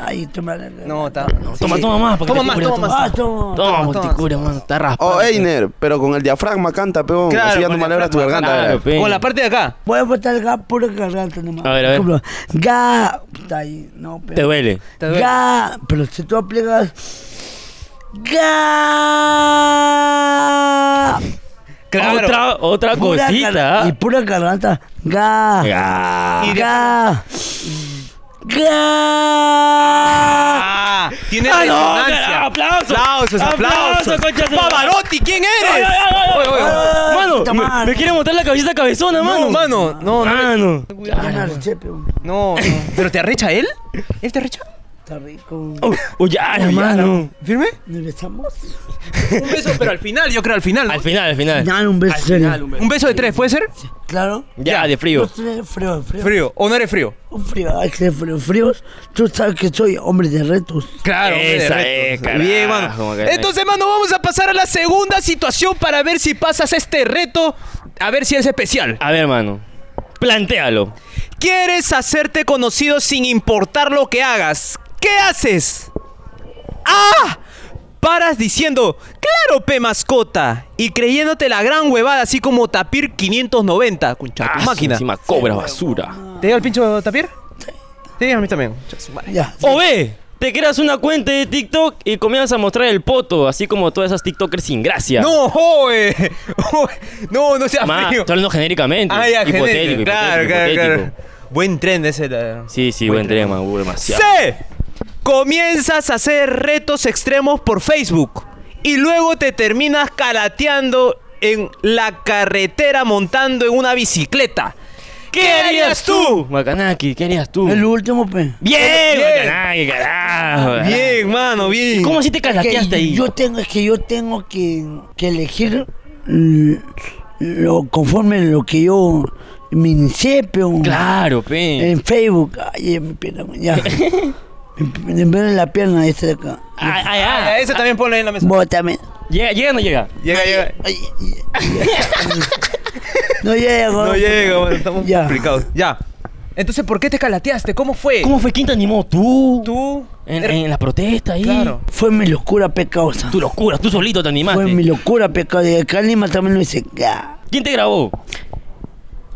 S2: Ay, toma la...
S1: No, está.
S3: Toma, toma más. para que
S1: Toma
S3: te
S1: más,
S3: cure,
S1: toma más.
S2: Ah, toma.
S3: Toma,
S1: Toma,
S3: pues. te
S1: toma.
S3: cura, mano. Está raspado.
S4: Oh, Einer, pero con el diafragma canta, peón.
S1: Claro,
S4: Así ya no
S1: con el
S4: malabras tu
S1: diafragma,
S4: garganta.
S3: Claro,
S4: ¿verdad?
S3: pe.
S1: Con la parte de acá.
S2: Voy a botar el gas puro garganta nomás.
S3: A ver, a ver.
S2: Por ejemplo, Ga... Está ahí, no,
S3: Te
S2: pero...
S3: duele.
S1: Te duele.
S2: Ga... Pero si tú aplicas... Ga...
S1: Claro.
S3: Otra, otra
S2: Pura
S3: cosita.
S2: gar- Y
S3: ¿ah?
S2: pura garganta. Ga...
S3: Ah.
S1: Y de-
S2: Ga... Ga...
S1: Ah, tiene
S3: Ah, no,
S1: resonancia.
S3: cara, aplausos.
S1: aplausos, aplausos.
S3: Aplausos, concha de-
S1: Pavarotti, ¿quién
S3: Ay,
S1: eres?
S3: ay, ay, ay,
S1: Oye, oye, oye.
S2: Ah,
S3: Mano,
S2: puta
S3: me,
S2: madre.
S3: me quiere montar la cabecita cabezona,
S1: No,
S3: mano.
S1: mano, no, no, le-
S3: Mano.
S2: Ya me arreché, pero
S1: no, no. ¿Pero te arrecha él? ¿Él te arrecha?
S2: Está rico.
S3: Uy, uy, ya, la mano.
S1: ¿Firme?
S2: ¿Nos besamos?
S1: Un beso, pero al final, yo creo al final. ¿no?
S3: Al final, al final.
S2: Dale un beso. serio.
S1: Un beso de tres, ¿puede ser?
S2: Claro.
S3: Ya, de
S2: Yo
S3: frío.
S2: estoy frío, frío.
S1: Frío. ¿O no eres frío?
S2: Un frío, hay que ser frío. Fríos, tú sabes que soy hombre de retos.
S1: Claro, hombre, de
S3: Esa
S1: reto.
S3: es, carajo,
S1: Bien, mano.
S3: carajo.
S1: Entonces, mano, vamos a pasar a la segunda situación para ver si pasas este reto, a ver si es especial.
S3: A ver, mano. Plantéalo.
S1: ¿Quieres hacerte conocido sin importar lo que hagas? ¿Qué haces? ¡Ah! Paras diciendo, claro, pe mascota, y creyéndote la gran huevada, así como Tapir 590, concha tu
S3: Ah,
S1: máquina.
S3: Encima cobra basura.
S1: ¿Te digo el pincho Tapir? Te digo a mí también. concha su madre.
S2: Ya.
S3: O ve, te creas una cuenta de TikTok y comienzas a mostrar el poto, así como todas esas TikTokers sin gracia.
S1: No, joe. Joe. No, no seas
S3: Ma,
S1: frío.
S3: estoy hablando genéricamente.
S1: Ah, ya,
S3: hipotético,
S1: genético.
S3: hipotético,
S1: Claro, claro, claro.
S3: hipotético.
S1: Buen tren ese. la-
S3: Sí, sí, buen tema, hubo demasiado.
S1: C. Comienzas a hacer retos extremos por Facebook y luego te terminas calateando en la carretera montando en una bicicleta. ¿Qué harías tú?
S3: Macanaki, ¿qué harías tú?
S2: El último, pe.
S3: Bien,
S1: Bien.
S3: Macanaki, carajo.
S1: Bien, mano, bien.
S3: ¿Cómo así te
S2: Que
S3: calateaste ahí?
S2: yo tengo, es que yo tengo que, que elegir mm, lo conforme a lo que yo me inicié, pero
S3: Claro,
S1: Eh,
S3: pe.
S2: en Facebook. Ay, mi pierna, ya. Me- me duele la pierna esta de acá.
S3: Ay, ay,
S1: Ah,
S3: ay.
S1: ese también ponle en la mesa.
S2: Bótame.
S3: Llega, llega o no llega.
S1: Llega, llega.
S2: Ay, ay, ay. no llego.
S1: No llega, mano, estamos
S2: Ya.
S1: complicados. Ya. Entonces, ¿por qué te calateaste? ¿Cómo fue?
S3: ¿Cómo fue? ¿Quién te animó? ¿Tú?
S1: Eh. tú?
S3: En,
S1: Er-
S3: en la protesta ahí.
S1: Claro.
S2: Fue mi locura pecausa.
S3: Tu locura, tú solito te animaste.
S2: Fue mi locura pecausa. Y acá en Lima también lo hice. Ya.
S3: ¿Quién te grabó?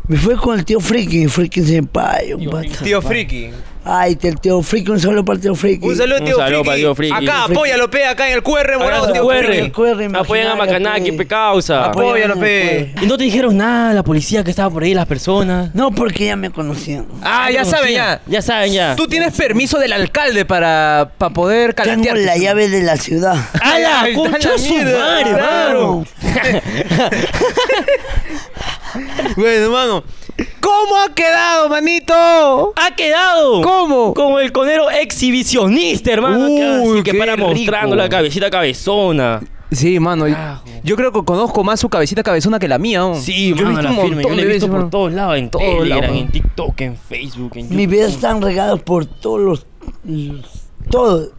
S2: Me fue con el tío Friki, el Friki Senpai, un pata.
S1: Tío Friki.
S2: Ay, el tío Friki, un saludo para el tío Friki.
S1: Un saludo,
S3: Un
S1: tío,
S3: saludo
S1: friki.
S3: para tío Friki.
S1: Acá,
S3: Friki.
S1: apóyalo, pe, acá en el QR, morado,
S3: Abrazo,
S1: tío
S3: QR.
S1: Frriki.
S2: QR,
S3: Apoyan a Macanaki,
S2: pe.
S3: pecausa.
S1: Apo- Apóyalo, pe.
S2: pe.
S3: Y no te dijeron nada la policía que estaba por ahí, las personas.
S2: No, porque ya me conocían.
S1: Ah, ya
S3: te
S1: saben,
S3: conocían.
S1: ya.
S3: Ya saben, ya.
S1: Tú tienes permiso del alcalde para, para poder calatear.
S2: Tengo la llave de la ciudad.
S3: ¡A la
S1: Ay,
S3: concha
S1: da la
S3: su
S1: mierda,
S3: madre,
S1: claro.
S3: mano!
S1: Bueno, hermano. ¿Cómo ha quedado, manito?
S3: ¡Ha quedado!
S1: ¿Cómo?
S3: Como el conero exhibicionista, hermano. que hace
S1: Uy,
S3: que
S1: qué
S3: para
S1: rico.
S3: mostrando la cabecita cabezona.
S1: Sí, mano. y-
S3: Carajo.
S1: Yo creo que conozco más su cabecita cabezona que la mía. ¿no?
S3: Sí,
S1: yo he
S3: mano,
S1: visto
S3: la
S1: un
S3: firme. Yo
S1: montón de
S3: la he visto
S1: veces,
S3: por
S1: mano.
S3: todos lados. En
S1: lados,
S3: Telegram,
S1: mano.
S3: en TikTok, en Facebook, en
S2: Mis
S3: YouTube.
S2: videos están regados por todos los. los- Todo.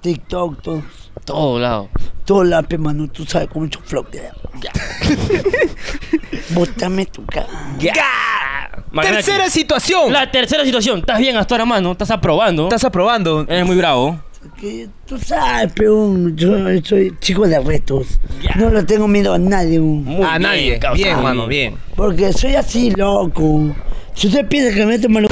S2: TikTok, todo.
S3: Todos lados.
S2: Todo la pe, mano. Tú sabes cómo he hecho flop. Ya. Bótame tu cara.
S3: Macanaki.
S1: Tercera situación.
S3: La tercera situación. Estás bien hasta ahora, mano. Oh. Estás aprobando.
S1: Estás aprobando.
S3: Eres muy bravo.
S2: Que tú sabes, peón. Yo soy chico de retos.
S3: Ya.
S2: No le tengo miedo a nadie. un.
S3: Muy
S1: a
S3: bien,
S1: nadie.
S3: causa,
S1: bien,
S3: muy
S1: mano, bien.
S2: Porque soy así, loco. Si usted piensa que me toman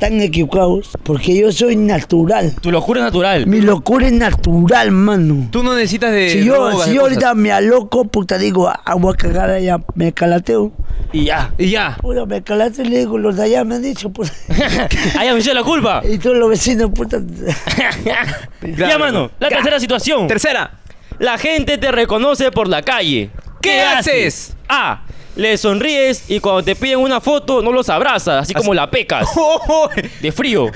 S2: tan equivocados, porque yo soy natural.
S3: Tu locura es natural.
S2: Mi locura es natural, mano.
S1: Tú no necesitas de.
S2: Si yo,
S1: drogas,
S2: si
S1: de
S2: yo
S1: cosas.
S2: ahorita me aloco, puta, digo, "Ah, agua cagar allá, me calateo.
S3: Y ya.
S1: Y ya.
S2: Puta, me calateo y le digo, los de allá me han dicho, puta.
S3: Ahí me hizo la culpa.
S2: y todos los vecinos, puta.
S3: ya, mano. La tercera situación.
S1: Tercera.
S3: la gente te reconoce por la calle.
S1: ¿Qué haces?
S3: A. Le sonríes y cuando te piden una foto no los abrazas, así como la pecas. De frío.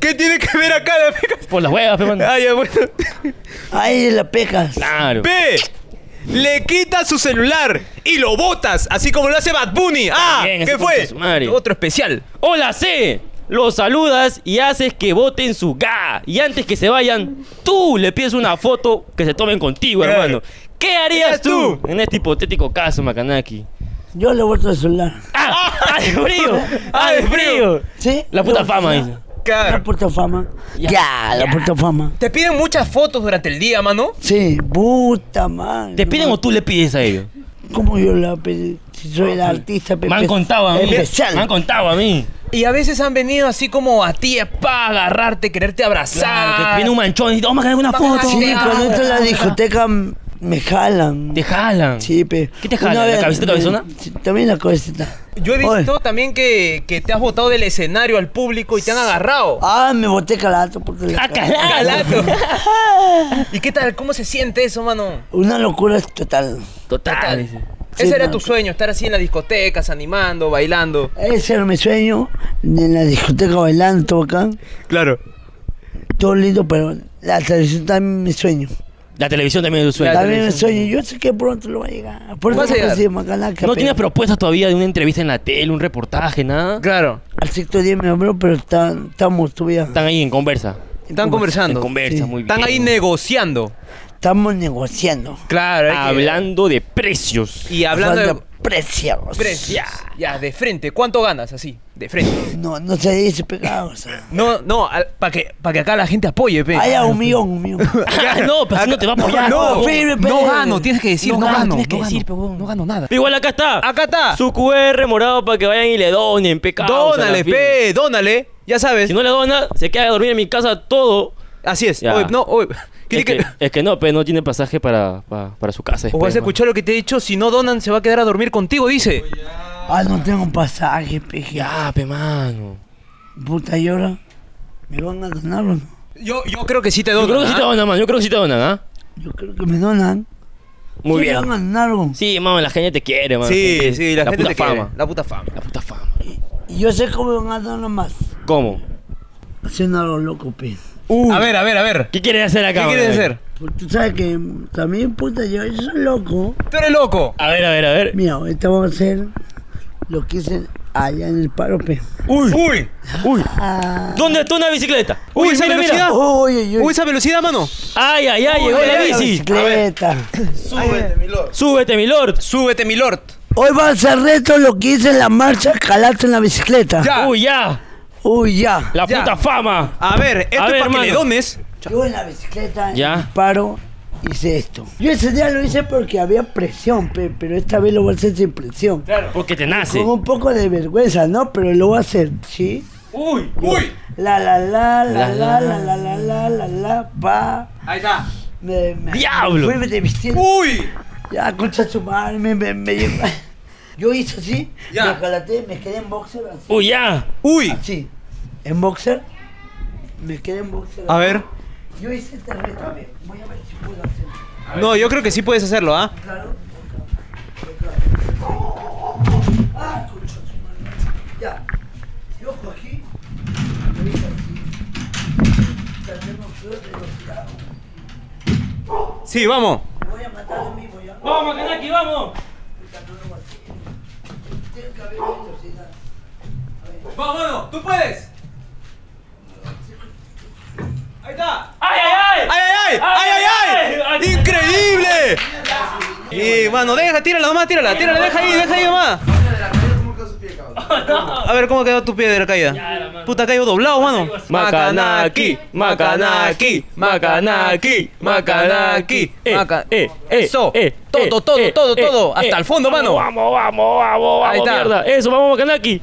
S1: ¿Qué tiene que ver acá la peca?
S3: Por las huevas, pe, mano.
S1: Ah, ya, bueno.
S2: Ay, la pecas.
S3: Claro.
S1: B. Le quitas su celular y lo botas, así como lo hace Bad Bunny. Ah,
S3: También,
S1: ¿qué
S3: ese concha de
S1: fue?
S3: su madre.
S1: Otro especial.
S3: Hola C. Los saludas y haces que voten su ga. Y antes que se vayan, tú le pides una foto que se tomen contigo,
S1: Claro.
S3: hermano. ¿Qué harías
S1: harías
S3: tú?
S1: tú?
S3: en este hipotético caso, Macanaki?
S2: Yo le he vuelto el celular.
S3: ¡Ah! ¡Ah, de frío! ¡Ah, de frío!
S2: ¿Sí?
S3: La puta
S2: Yo-
S3: fama,
S2: ya.
S3: dice.
S2: La puta fama.
S3: Ya.
S2: Ya, la puta fama.
S1: Te piden muchas fotos durante el día, mano.
S2: Sí, puta madre.
S3: ¿Te piden o tú le pides a ellos?
S2: ¿Cómo yo la pedí? Si soy el artista,
S3: Me han
S2: espe-
S3: contado a mí.
S2: Especial.
S3: Me han contado a mí.
S1: Y a veces han venido así como a ti para agarrarte, quererte abrazar.
S3: Claro, que viene un manchón y dice, vamos a ganar una
S1: Vamos a
S3: foto.
S2: Sí,
S1: Ah,
S2: cuando entro a la
S1: ah,
S2: discoteca m- me jalan.
S3: Te jalan.
S2: Sí, pe.
S3: ¿Qué te
S2: Una
S3: jalan? ¿La
S2: vez
S3: cabecita
S2: me-
S3: cabezona?
S2: Sí, también la cabecita.
S1: Yo he visto
S2: Oye.
S1: también que, que te has botado del escenario al público y te han agarrado.
S2: Ah, me boté calato porque la
S3: Ah,
S2: cabeza-
S3: cala-
S1: Calato. ¿Y qué tal? ¿Cómo se siente eso, mano?
S2: Una locura total.
S3: Total. dice.
S2: Sí,
S1: Ese era
S2: mano.
S1: tu sueño, estar así en las discotecas, animando, bailando.
S2: Ese era mi sueño. En la discoteca bailando, todo acá.
S1: Claro.
S2: Todo lindo, pero la televisión también es mi sueño.
S3: La televisión también es un
S1: La
S3: sueño.
S2: También es mi
S1: televisión.
S2: sueño. Yo sé que pronto lo va a llegar. Por eso
S1: Vas a llegar.
S2: me Macalaca.
S3: ¿No
S2: pe.
S3: tienes propuestas todavía de una entrevista en la tele, un reportaje, nada?
S1: Claro.
S2: Al sexto día me habló, pero está- estamos todavía.
S3: Están ahí en conversa.
S1: Están
S3: En
S1: conversando.
S3: conversa,
S2: Sí.
S3: muy bien.
S1: Están ahí negociando.
S2: Estamos negociando.
S1: Claro. hay que-
S3: Hablando de precios.
S1: Y hablando de
S2: Falta precios.
S1: precios.
S3: Ya.
S1: Ya, de frente. ¿Cuánto ganas así? De frente.
S2: No, no se dice pecado. o sea.
S1: No, no, para que, pa' que acá la gente apoye, pe.
S2: Haya un millón, un millón. pues,
S3: Ah, no, pero así no te va a apoyar.
S1: No,
S2: firme, pe.
S1: no gano, tienes que decir,
S3: No
S1: no,
S3: gano,
S1: gano.
S3: tienes que
S1: no
S3: decir,
S1: gano,
S3: pe,
S2: pues,
S3: huevón.
S1: no gano nada.
S3: Pero Igual acá está.
S1: Acá está.
S3: Su QR morado para que vayan y le donen, pecado.
S1: Dónale, pe, dónale. Ya sabes.
S3: Si no le dona, se queda a dormir en mi casa todo.
S1: Así es.
S3: Ya.
S1: Oye, no, oye.
S3: Es
S1: ¿quiere
S3: que,
S1: que-
S3: es que no, pe, no tiene pasaje para, para, para su casa.
S1: O
S3: después,
S1: vas a
S3: mano.
S1: escuchar lo que te he dicho, si no donan se va a quedar a dormir contigo, dice.
S2: Ah, no tengo pasaje, peje.
S3: Ya, pe, mano.
S2: Puta, ¿y ahora? ¿Me van a donar o no?
S1: Yo, yo creo que sí te
S3: Yo
S1: donan.
S3: creo que sí
S1: ¿ah?
S3: te donan, mano. Yo creo que sí te donan, ¿ah?
S2: Yo creo que me donan.
S3: Muy
S2: Sí,
S3: bien.
S2: ¿Me van a donar algo?
S3: Sí, mano, la gente te quiere, mano.
S1: Sí, sí, la, gente
S3: puta
S1: te
S3: fama.
S1: quiere. La puta fama.
S3: La puta fama.
S2: Y yo sé cómo me van a donar más.
S3: ¿Cómo?
S2: Haciendo algo loco, pe.
S1: A ver, a ver, a ver.
S3: ¿Qué quieres hacer
S1: ¿Qué
S3: acá, mano?
S1: quieres hacer?
S2: Porque Pues, tú sabes que también, puta, yo, yo soy loco.
S1: Tú eres loco.
S3: A ver, a ver, a ver.
S2: Mira, ahorita vamos a hacer lo que hice allá en el paro, pues. pe.
S1: Uy. Uy.
S3: Uy.
S2: Ah.
S3: ¿Dónde está una bicicleta?
S1: Uy, esa velocidad.
S2: Oye, yo.
S1: Uy, esa velocidad, mano.
S3: Ay, ay, ay, llegó
S1: Uy,
S3: la
S1: ay, ay,
S3: bici.
S2: Bicicleta.
S3: Súbete, mi lord.
S1: Súbete, mi lord.
S2: Hoy va a ser reto lo que hice en la marcha, calate en la bicicleta.
S1: Ya.
S3: Uy, ya.
S2: Uy, ya.
S3: La
S1: Ya.
S3: puta fama.
S1: A ver, esto
S3: A ver,
S1: es para
S3: hermano.
S1: que le dones.
S2: Yo en la bicicleta,
S3: Ya.
S2: en el paro, hice esto. Yo ese día lo hice porque había presión, pe, pero esta vez lo voy a hacer sin presión.
S3: Porque te nace.
S2: Con un poco de vergüenza, ¿no? Pero lo voy a hacer, ¿sí?
S3: Uy.
S1: Uy.
S2: La la la la
S3: La,
S2: la
S3: la,
S2: la la la la la la pa.
S1: Ahí está.
S2: Me, me,
S3: ¡Diablo!
S2: me fui de vestir.
S1: Uy.
S2: Ya, concha su madre, me, me, me llevó. Yo hice así,
S1: Ya.
S2: me calaté, me quedé en boxer así.
S3: Uy, ya.
S1: Uy.
S2: así. En boxer, me quedé en boxer.
S1: A
S2: así.
S1: ver.
S2: Yo hice este reto, a ver, voy a ver si puedo hacerlo.
S1: No, yo creo que sí puedes hacerlo, ¿ah?
S2: Claro. Ah, concha su madre. Ya. Yo cogí. Lo hice así. Tenemos flor de los lados.
S1: Sí, vamos.
S2: Me voy a matar a mí, voy a.
S3: Vamos, Kanaki, vamos.
S2: Tiene que haber velocidad.
S1: Vamos, mano. Tú puedes. Ahí está.
S3: ¡Ay, ay,
S1: ¡Ay, ay, ay! ¡Ay, ay, ay! ¡Increíble! Y, mano, deja, tírala nomás, tírala, tírala, deja ahí, deja ahí nomás. A ver, ¿cómo quedó tu pie de la caída? Puta, cayó doblado, mano.
S3: Macanaki, Macanaki, Macanaki, Macanaki.
S1: Eh,
S3: Maca-
S1: eh, eh,
S3: Eso,
S1: eh,
S3: todo, todo,
S1: eh,
S3: todo,
S1: eh,
S3: todo,
S1: eh,
S3: hasta el fondo,
S1: vamos,
S3: mano. Vamos, vamos, vamos,
S1: Ahí está.
S3: mierda. Eso, vamos, Macanaki.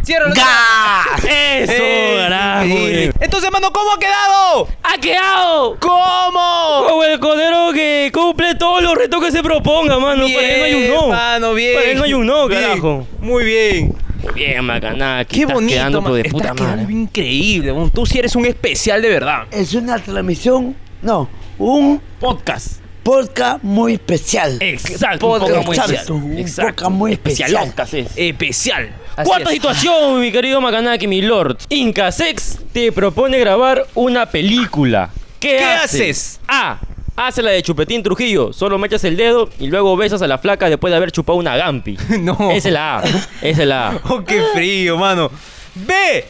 S1: ¡Ciérralo!
S3: Eso,
S1: Eh,
S3: carajo.
S1: increíble. Entonces, mano, ¿cómo ha quedado?
S3: ¡Ha quedado!
S1: ¿Cómo?
S3: Como el cordero que cumple todos los retos que se proponga, mano. Para él no hay un no.
S1: mano, bien.
S3: Para él no hay un no,
S1: Bien,
S3: carajo.
S1: Muy bien.
S3: Bien, Macanaki.
S1: Qué
S3: estás
S1: bonito,
S3: quedando,
S1: mano.
S3: pero de
S1: Estás
S3: puta
S1: quedando
S3: madre.
S1: increíble, mano. Tú sí eres un especial de verdad.
S2: Es una transmisión. No, un
S3: Podcast.
S2: podcast muy especial.
S1: Eh.
S3: Exacto.
S1: Podcast,
S3: un podcast muy
S2: exacto,
S3: especial.
S2: un podcast muy especial.
S3: Especialocas es.
S1: Especial. Así
S3: Cuarta
S1: es.
S3: situación, mi querido Macanaki, mi lord. Inca Sex te propone grabar una película. ¿Qué,
S1: ¿Qué haces?
S3: A. Hace la de Chupetín Trujillo. Solo mechas el dedo y luego besas a la flaca después de haber chupado una gampi.
S1: No.
S3: Esa es la A. Esa es la A.
S1: Oh, qué frío, mano. B.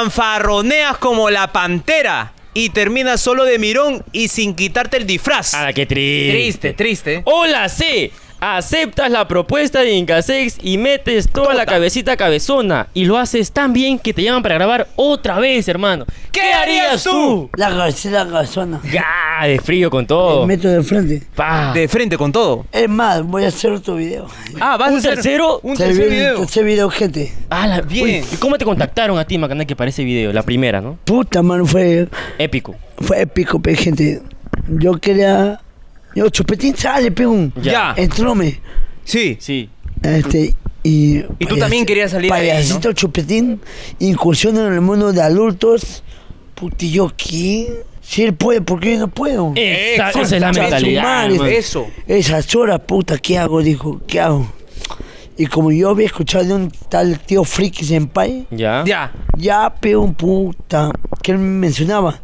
S1: Fanfarroneas como la pantera y terminas solo de mirón y sin quitarte el disfraz.
S3: Ah, qué triste.
S1: triste.
S3: O la C. Aceptas la propuesta de Incasex y metes toda la
S1: Tota.
S3: cabecita cabezona. Y lo haces tan bien que te llaman para grabar otra vez, hermano.
S1: ¿Qué harías tú?
S2: La cabecera gazona.
S3: ¡Gah! De frío con todo.
S2: Me meto de frente.
S3: Pa.
S1: De frente con todo.
S2: Es más, voy a hacer otro video.
S1: Ah, vas
S3: ¿Un
S1: a hacer
S3: tercero?
S1: un
S2: Se
S1: tercer
S2: viene el
S1: video.
S2: tercer video, gente.
S3: Ah, la-
S1: Bien.
S3: Uy, ¿y ¿Cómo te contactaron a ti, Macanaki, para ese video? La primera, ¿no?
S2: Puta, mano, fue,
S3: Épico.
S2: fue épico, pe, gente. Yo quería... Yo, chupetín, sale, peón.
S1: Ya.
S2: Entrome.
S1: Sí.
S3: Sí.
S2: Este, y,
S1: Y tú también querías salir ahí,
S2: Payasito Chupetín incursiona en el mundo de adultos. Puti, yo, ¿qué? Si él puede, ¿por qué yo no puedo?
S3: Esa,
S1: Exacto.
S3: esa es la
S2: Chacho,
S3: mentalidad.
S2: madre.
S3: hermano.
S1: Eso.
S2: Esas horas, puta, ¿qué hago? Dijo, ¿qué hago? Y como yo había escuchado de un tal tío Friki Senpai,
S3: Ya.
S1: Ya.
S2: ya peón puta, que él me mencionaba.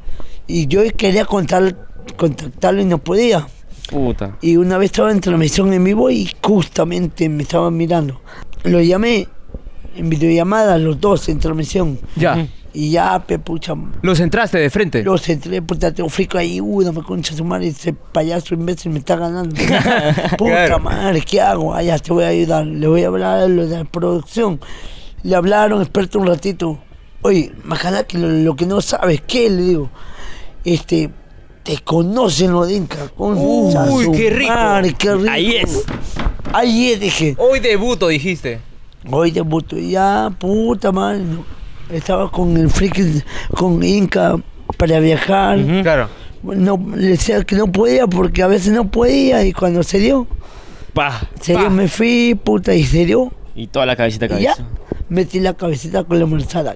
S2: Y yo quería contar, contactarlo y no podía.
S3: Puta.
S2: Y una vez estaba en transmisión en vivo y justamente me estaban mirando. Lo llamé en videollamada, los dos en transmisión.
S1: Ya.
S3: Ujú.
S2: Y ya, pe pucha,
S1: Los entraste de frente.
S2: los entré, puta, tengo frico ahí, uno me concha su madre, ese payaso imbécil me está ganando. puta
S1: Claro.
S2: madre, ¿qué hago? Allá te voy a ayudar, le voy a hablar a lo de la producción. Le hablaron, experto, un ratito. Oye, Majalá, que lo, lo que no sabes, ¿qué? Le digo, este, te conocen los de Inca. concha
S1: Uy,
S2: su
S1: qué rico.
S2: madre, qué rico.
S3: Ahí es.
S2: Ahí es, dije.
S1: Hoy debuto, dijiste.
S2: Hoy debuto ya, puta madre. no. Estaba con el friki, con Inca para viajar.
S3: Ujú.
S1: Claro.
S2: No, le decía que no podía porque a veces no podía y cuando se dio,
S3: Pa.
S2: se
S1: Pa.
S2: dio, me fui, puta, y se dio.
S3: Y toda la cabecita
S2: Y
S3: cabeza.
S2: ya, metí la cabecita con la manzana.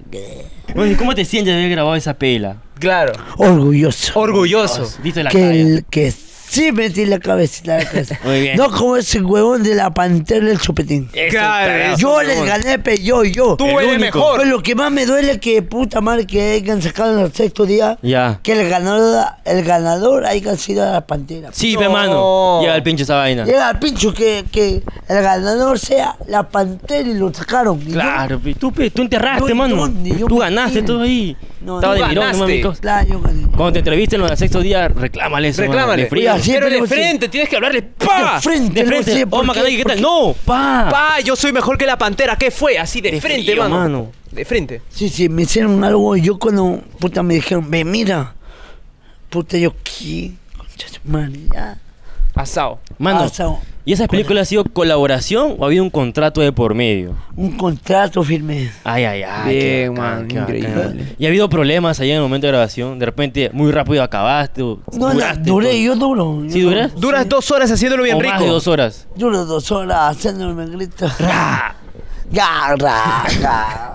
S3: Oye, ¿cómo te sientes de haber grabado esa pela?
S1: Claro.
S2: Orgulloso.
S1: Orgulloso.
S3: Diste la
S2: que,
S3: talla.
S2: el- que sí metí la cabecita. en la cabeza.
S3: Muy bien.
S2: No como ese huevón de la pantera del chupetín.
S3: Eso,
S1: Claro,
S3: tarado.
S1: eso.
S2: Yo
S1: huevón.
S2: les gané, pe, yo, yo.
S1: Tú
S3: El
S1: eres
S3: único.
S1: mejor.
S2: Pues lo que más me duele es que puta madre que hayan sacado en el sexto día
S3: Ya.
S2: que el ganador, el ganador haya sido la pantera.
S3: Sí,
S1: No.
S3: pe mano. Llega el pinche esa vaina.
S2: Llega al pincho que, que el ganador sea la pantera y lo sacaron. Y yo-
S3: Claro, pe. Tú, pe, tú enterraste,
S2: Yo-
S3: mano.
S2: yo- yo
S3: tú
S2: me-
S3: ganaste todo ahí.
S2: No,
S3: Estaba
S1: tú
S3: de mirón, no
S1: ganaste.
S3: mames, cosa.
S2: claro, yo gané.
S3: Cuando te entrevisten en los del sexto día, reclámale eso. mano,
S1: Reclámale.
S3: de frío.
S2: Oye, así-
S1: Pero
S2: Siempre
S1: de
S2: lo sé.
S1: frente, tienes que hablarle. ¡Pa!
S2: De frente,
S3: De
S2: no
S3: frente.
S2: sé
S3: oh,
S2: por
S3: Macanaki,
S2: qué,
S3: ¿qué tal? No, pa.
S1: Pa, yo soy mejor que la pantera. ¿Qué fue? Así de,
S3: De
S1: frente,
S3: frío,
S1: mano.
S3: mano.
S1: De frente.
S2: Sí, sí, me hicieron algo. y Yo cuando, puta, me dijeron, ve, mira. Puta, yo, ¿qué? Concha de su madre, ya.
S1: Asado.
S3: Mano,
S2: Pasado.
S3: ¿y esas películas ha sido colaboración o ha habido un contrato de por medio?
S2: Un contrato firme.
S3: Ay, ay, ay.
S1: Bien,
S3: qué bacán,
S1: man,
S3: qué bacán.
S1: increíble.
S3: ¿Y ha habido problemas allá en el momento de grabación? De repente, muy rápido acabaste. o
S2: No, la-
S3: duraste,
S2: duré,
S3: o-
S2: yo duro.
S3: ¿Sí
S2: yo
S3: duras?
S2: duro.
S1: Duras dos horas haciéndolo bien
S3: o
S1: rico.
S3: más de dos horas.
S2: Duro dos horas haciéndome gritos. Ra. Ga, ra, ra.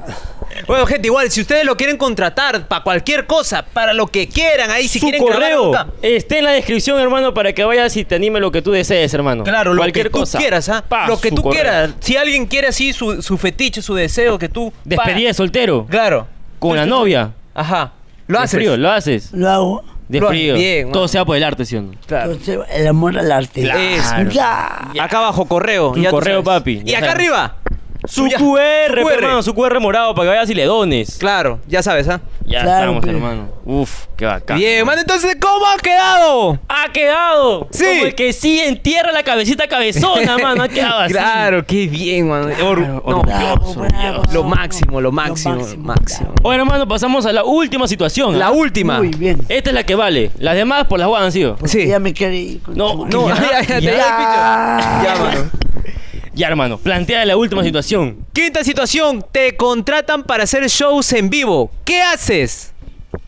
S1: Bueno, gente, igual, si ustedes lo quieren contratar para cualquier cosa, para lo que quieran, ahí si
S3: Su
S1: quieren
S3: correo
S1: grabar acá.
S3: está en la descripción, hermano, para que vayas y te anime lo que tú desees, hermano.
S1: Claro, lo
S3: Cualquier
S1: que tú
S3: cosa.
S1: quieras, ¿ah?
S3: Pa,
S1: lo que
S3: su
S1: tú
S3: correo.
S1: quieras. Si alguien quiere así su, su fetiche, su deseo, que tú.
S3: Despedida
S1: Pa.
S3: de soltero.
S1: Claro.
S3: Con la novia.
S1: Ajá. Lo
S3: De
S1: haces.
S3: frío, lo haces.
S2: Lo hago.
S3: De
S1: Lo-
S3: frío.
S1: bien,
S3: Todo
S1: mano.
S3: sea por el arte, ¿sí o no?
S1: Claro.
S2: Entonces, el amor al arte.
S1: Eso.
S2: Ya.
S1: Acá abajo, correo.
S3: Tu
S1: ya tú
S3: correo,
S1: sabes.
S3: papi,
S1: Y
S3: ya
S1: acá
S3: sabes.
S1: arriba.
S3: Su
S1: Ya.
S3: QR,
S1: Su
S3: pe, hermano, su QR morado para que vayas y le dones.
S1: Claro, ya sabes, ¿ah?
S3: Ya
S2: Claro,
S3: estamos,
S2: pe.
S3: hermano. Uf, qué bacán.
S1: Bien, mano, entonces, ¿cómo ha quedado?
S3: Ha quedado.
S1: Sí.
S3: Como el que sí entierra la cabecita cabezona, mano. Ha quedado así.
S1: Claro, qué bien, mano. Or- no,
S2: Bravo, bravo.
S1: lo máximo, lo máximo, lo máximo.
S3: Ahora, hermano, pasamos a la última situación.
S1: La
S3: ¿ah?
S1: última.
S2: Muy bien.
S3: Esta es la que vale. Las demás por las guas han sido.
S2: Porque
S1: Sí.
S2: ya me quiere ir. con
S3: No,
S1: No,
S2: tu madre.
S1: ya,
S3: Ya,
S1: ya, te doy el
S3: ya.
S1: picho. Ya, mano.
S3: Ya, hermano, plantea la última situación.
S1: Quinta situación, te contratan para hacer shows en vivo. ¿Qué haces?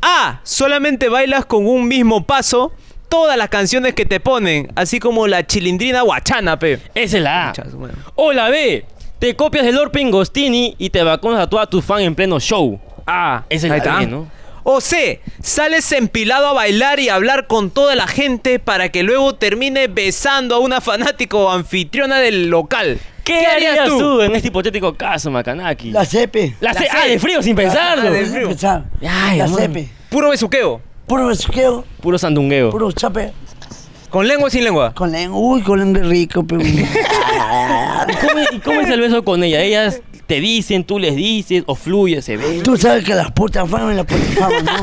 S1: A. Solamente bailas con un mismo paso todas las canciones que te ponen, así como la chilindrina guachana, pe.
S3: Esa es la A.
S1: Muchas, bueno.
S3: O la B. Te copias de Lord Pingostini y te vacunas a toda tu fan en pleno show.
S1: Ah,
S3: Esa es la B, ¿no?
S1: O C, sales empilado a bailar y hablar con toda la gente para que luego termine besando a una fanática o anfitriona del local.
S3: ¿Qué, harías tú? en este hipotético caso, Macanaki?
S2: La cepe.
S3: La
S1: la
S3: C.
S1: C.
S3: Ah, de frío, sin pensarlo.
S1: Ah, de frío.
S2: Empezar.
S3: Ay,
S2: la
S3: amor.
S2: cepe.
S1: Puro besuqueo.
S2: Puro besuqueo,
S3: Puro sandungueo.
S2: puro chape.
S1: ¿Con lengua o sin lengua?
S2: Con lengua. Uy, con lengua rico. pe.
S3: ¿Cómo, ¿Y cómo es el beso con ella? ¿Ellas te dicen, tú les dices o fluye, se ve?
S2: Tú sabes que las putas faman las putas faman, ¿no?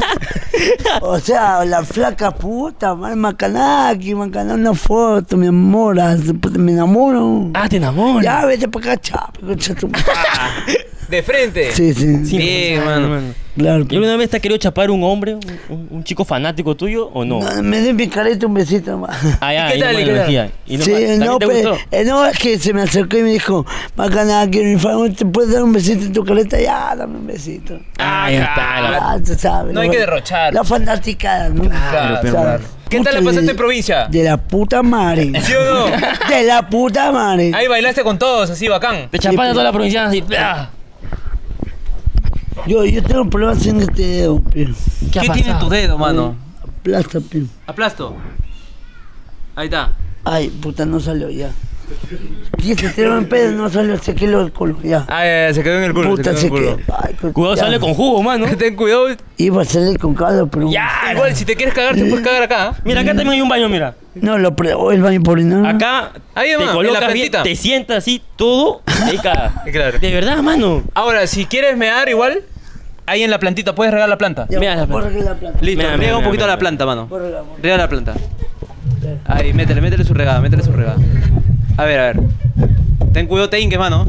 S2: o sea, la flaca puta, man, macanaki, macaná, una foto, mi amor, ah, puta, me enamoro.
S3: Ah, te enamoras.
S2: ya, vete para acá, chape, concha tu madre.
S1: Ah. De frente.
S2: Sí, sí,
S3: Sin
S1: Bien,
S3: pensar,
S1: mano.
S2: claro.
S3: ¿Y alguna vez te ha querido chapar un hombre, un, un- un chico fanático tuyo o no?
S2: No, Ah, me den mi careta un besito más.
S3: Ah,
S1: ¿Y
S3: ya,
S1: qué
S3: ahí no
S1: tal,
S3: me
S1: y qué tal?
S3: energía. ¿Y no,
S2: sí,
S3: ¿también
S2: no,
S3: te
S2: pe-
S3: gustó?
S2: eh, no, es que se me acercó y me dijo, macanaki, mi favor, ¿te puedes dar un besito en tu careta? Ya, dame un besito.
S3: Ah, ya está. la-
S2: Ah, tú sabes,
S1: No hay
S2: la-
S1: que derrochar.
S2: La fanaticada, ¿no?
S1: Claro,
S2: ¿Sabes?
S1: claro. ¿Qué tal la
S2: Puta,
S1: pasaste
S2: de-
S1: en provincia?
S2: De la puta madre.
S1: ¿Sí o no?
S2: De la puta madre.
S1: Ahí bailaste con todos, así bacán.
S3: Te chapaste
S2: pe-
S3: a toda la provincia así. ¡ah!
S2: Yo, yo tengo problemas en este dedo, pe.
S3: ¿Qué, ha pasado?
S1: dedo,
S2: Aplasta, pe.
S1: Aplasto. Ahí está.
S2: Ay, puta, no salió ya. Y ese tiro en pedo no salió, se quedó el culo, ya.
S1: Ah, ya, ya, se quedó en el culo.
S2: puta,
S1: se
S2: se
S1: quedó en el
S2: quedó.
S1: culo.
S2: Ay, cu-
S3: Cuidado,
S2: ya.
S3: sale con jugo, mano.
S1: Ten cuidado.
S2: Iba a salir con caldo, pero...
S1: Ya, igual, si te quieres cagar, te puedes cagar acá. ¿ah?
S3: Mira, acá también hay un baño, mira.
S2: No, lo pruebo el baño por no.
S3: Acá
S1: Ahí,
S3: te
S1: mamá, Ah, en la
S3: colocas bien,
S1: plantita.
S3: te sientas así todo. ahí caga.
S1: Claro. Ah.
S3: De verdad, mano.
S1: Ahora, si quieres mear igual, ahí en la plantita, puedes regar la planta.
S2: Ya,
S3: mira la plata.
S2: borra la plata.
S1: Listo, riega
S3: Mira, mira,
S1: un
S3: mira,
S1: poquito
S3: mira,
S1: la planta, mano.
S2: Borra la planta.
S1: Riega la planta. Ahí, métele, métele su regada, métele su regada. A ver, a ver. Ten cuidado, te inque, mano.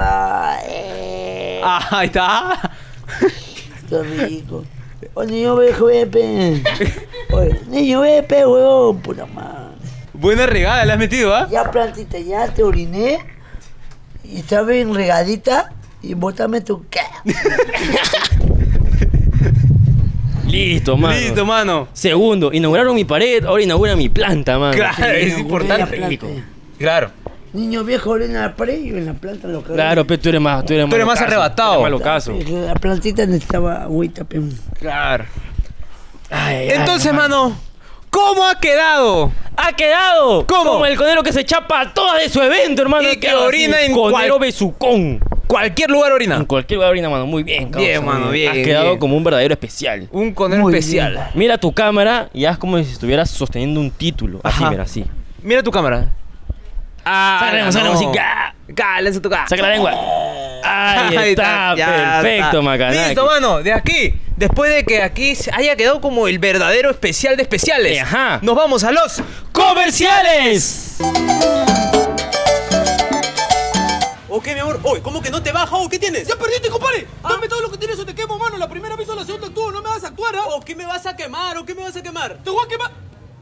S2: Ay,
S1: Ah, ahí está.
S2: qué rico. Oh, niño viejo, vepe. Oye, niño vepe, huevón, puta madre.
S1: Buena regada, la has metido, ¿ah?
S2: Ya plantita, ya te oriné. Y está bien regadita. Y bótame tu qué.
S3: Listo, mano.
S1: Listo, mano.
S3: Segundo, inauguraron mi pared, ahora inaugura mi planta, mano.
S1: Claro, es importante.
S2: Orina la planta.
S3: rico.
S1: Claro.
S2: Niño viejo, orina la pared y en la planta lo cago.
S3: Claro, pero tú eres más, tú eres
S1: Tú eres más
S3: locazo,
S1: arrebatado.
S3: tú eres más locazo.
S2: La plantita necesitaba agüita, pe.
S1: Claro.
S3: Ay, ay,
S1: Entonces, mano, ¿cómo ha quedado?
S3: ha quedado
S1: ¿Cómo?
S3: como el conero que se chapa a todas de su evento, hermano.
S1: Y
S3: Ha
S1: que
S3: quedado
S1: orina
S3: así,
S1: en
S3: conero
S1: cual-
S3: besucón.
S1: Cualquier lugar
S3: En
S1: orina.
S3: cualquier lugar orina, mano. Muy bien, causa,
S1: Bien, mano, bien,
S3: Has quedado
S1: bien.
S3: como un verdadero especial.
S1: Un conero
S2: Muy
S1: especial.
S2: bien.
S3: Mira tu cámara y haz como si estuvieras sosteniendo un título. Así,
S1: Ajá.
S3: mira, así.
S1: Mira tu cámara. Ah,
S3: Sácala,
S1: no.
S3: sácala, así, ga.
S1: Ga, lanza tu ga.
S3: Saca la lengua. Ahí,
S1: Ahí
S3: está,
S1: ya
S3: perfecto,
S1: está.
S3: Macanaki.
S1: Listo, mano, de aquí. Después de que aquí se haya quedado como el verdadero especial de especiales,
S3: Ajá.
S1: nos vamos a los
S3: ¡Comerciales!
S1: Ok, mi amor, hoy, ¿cómo que no te baja? o ¿Qué tienes? Ah. ¡Ya perdiste, compadre! Dame todo lo que tienes o te quemo, mano. La primera vez o la segunda tú, no me vas a actuar, ¿ah? ¿O qué me vas a quemar? ¿O qué me vas a quemar? ¡Te voy a quemar!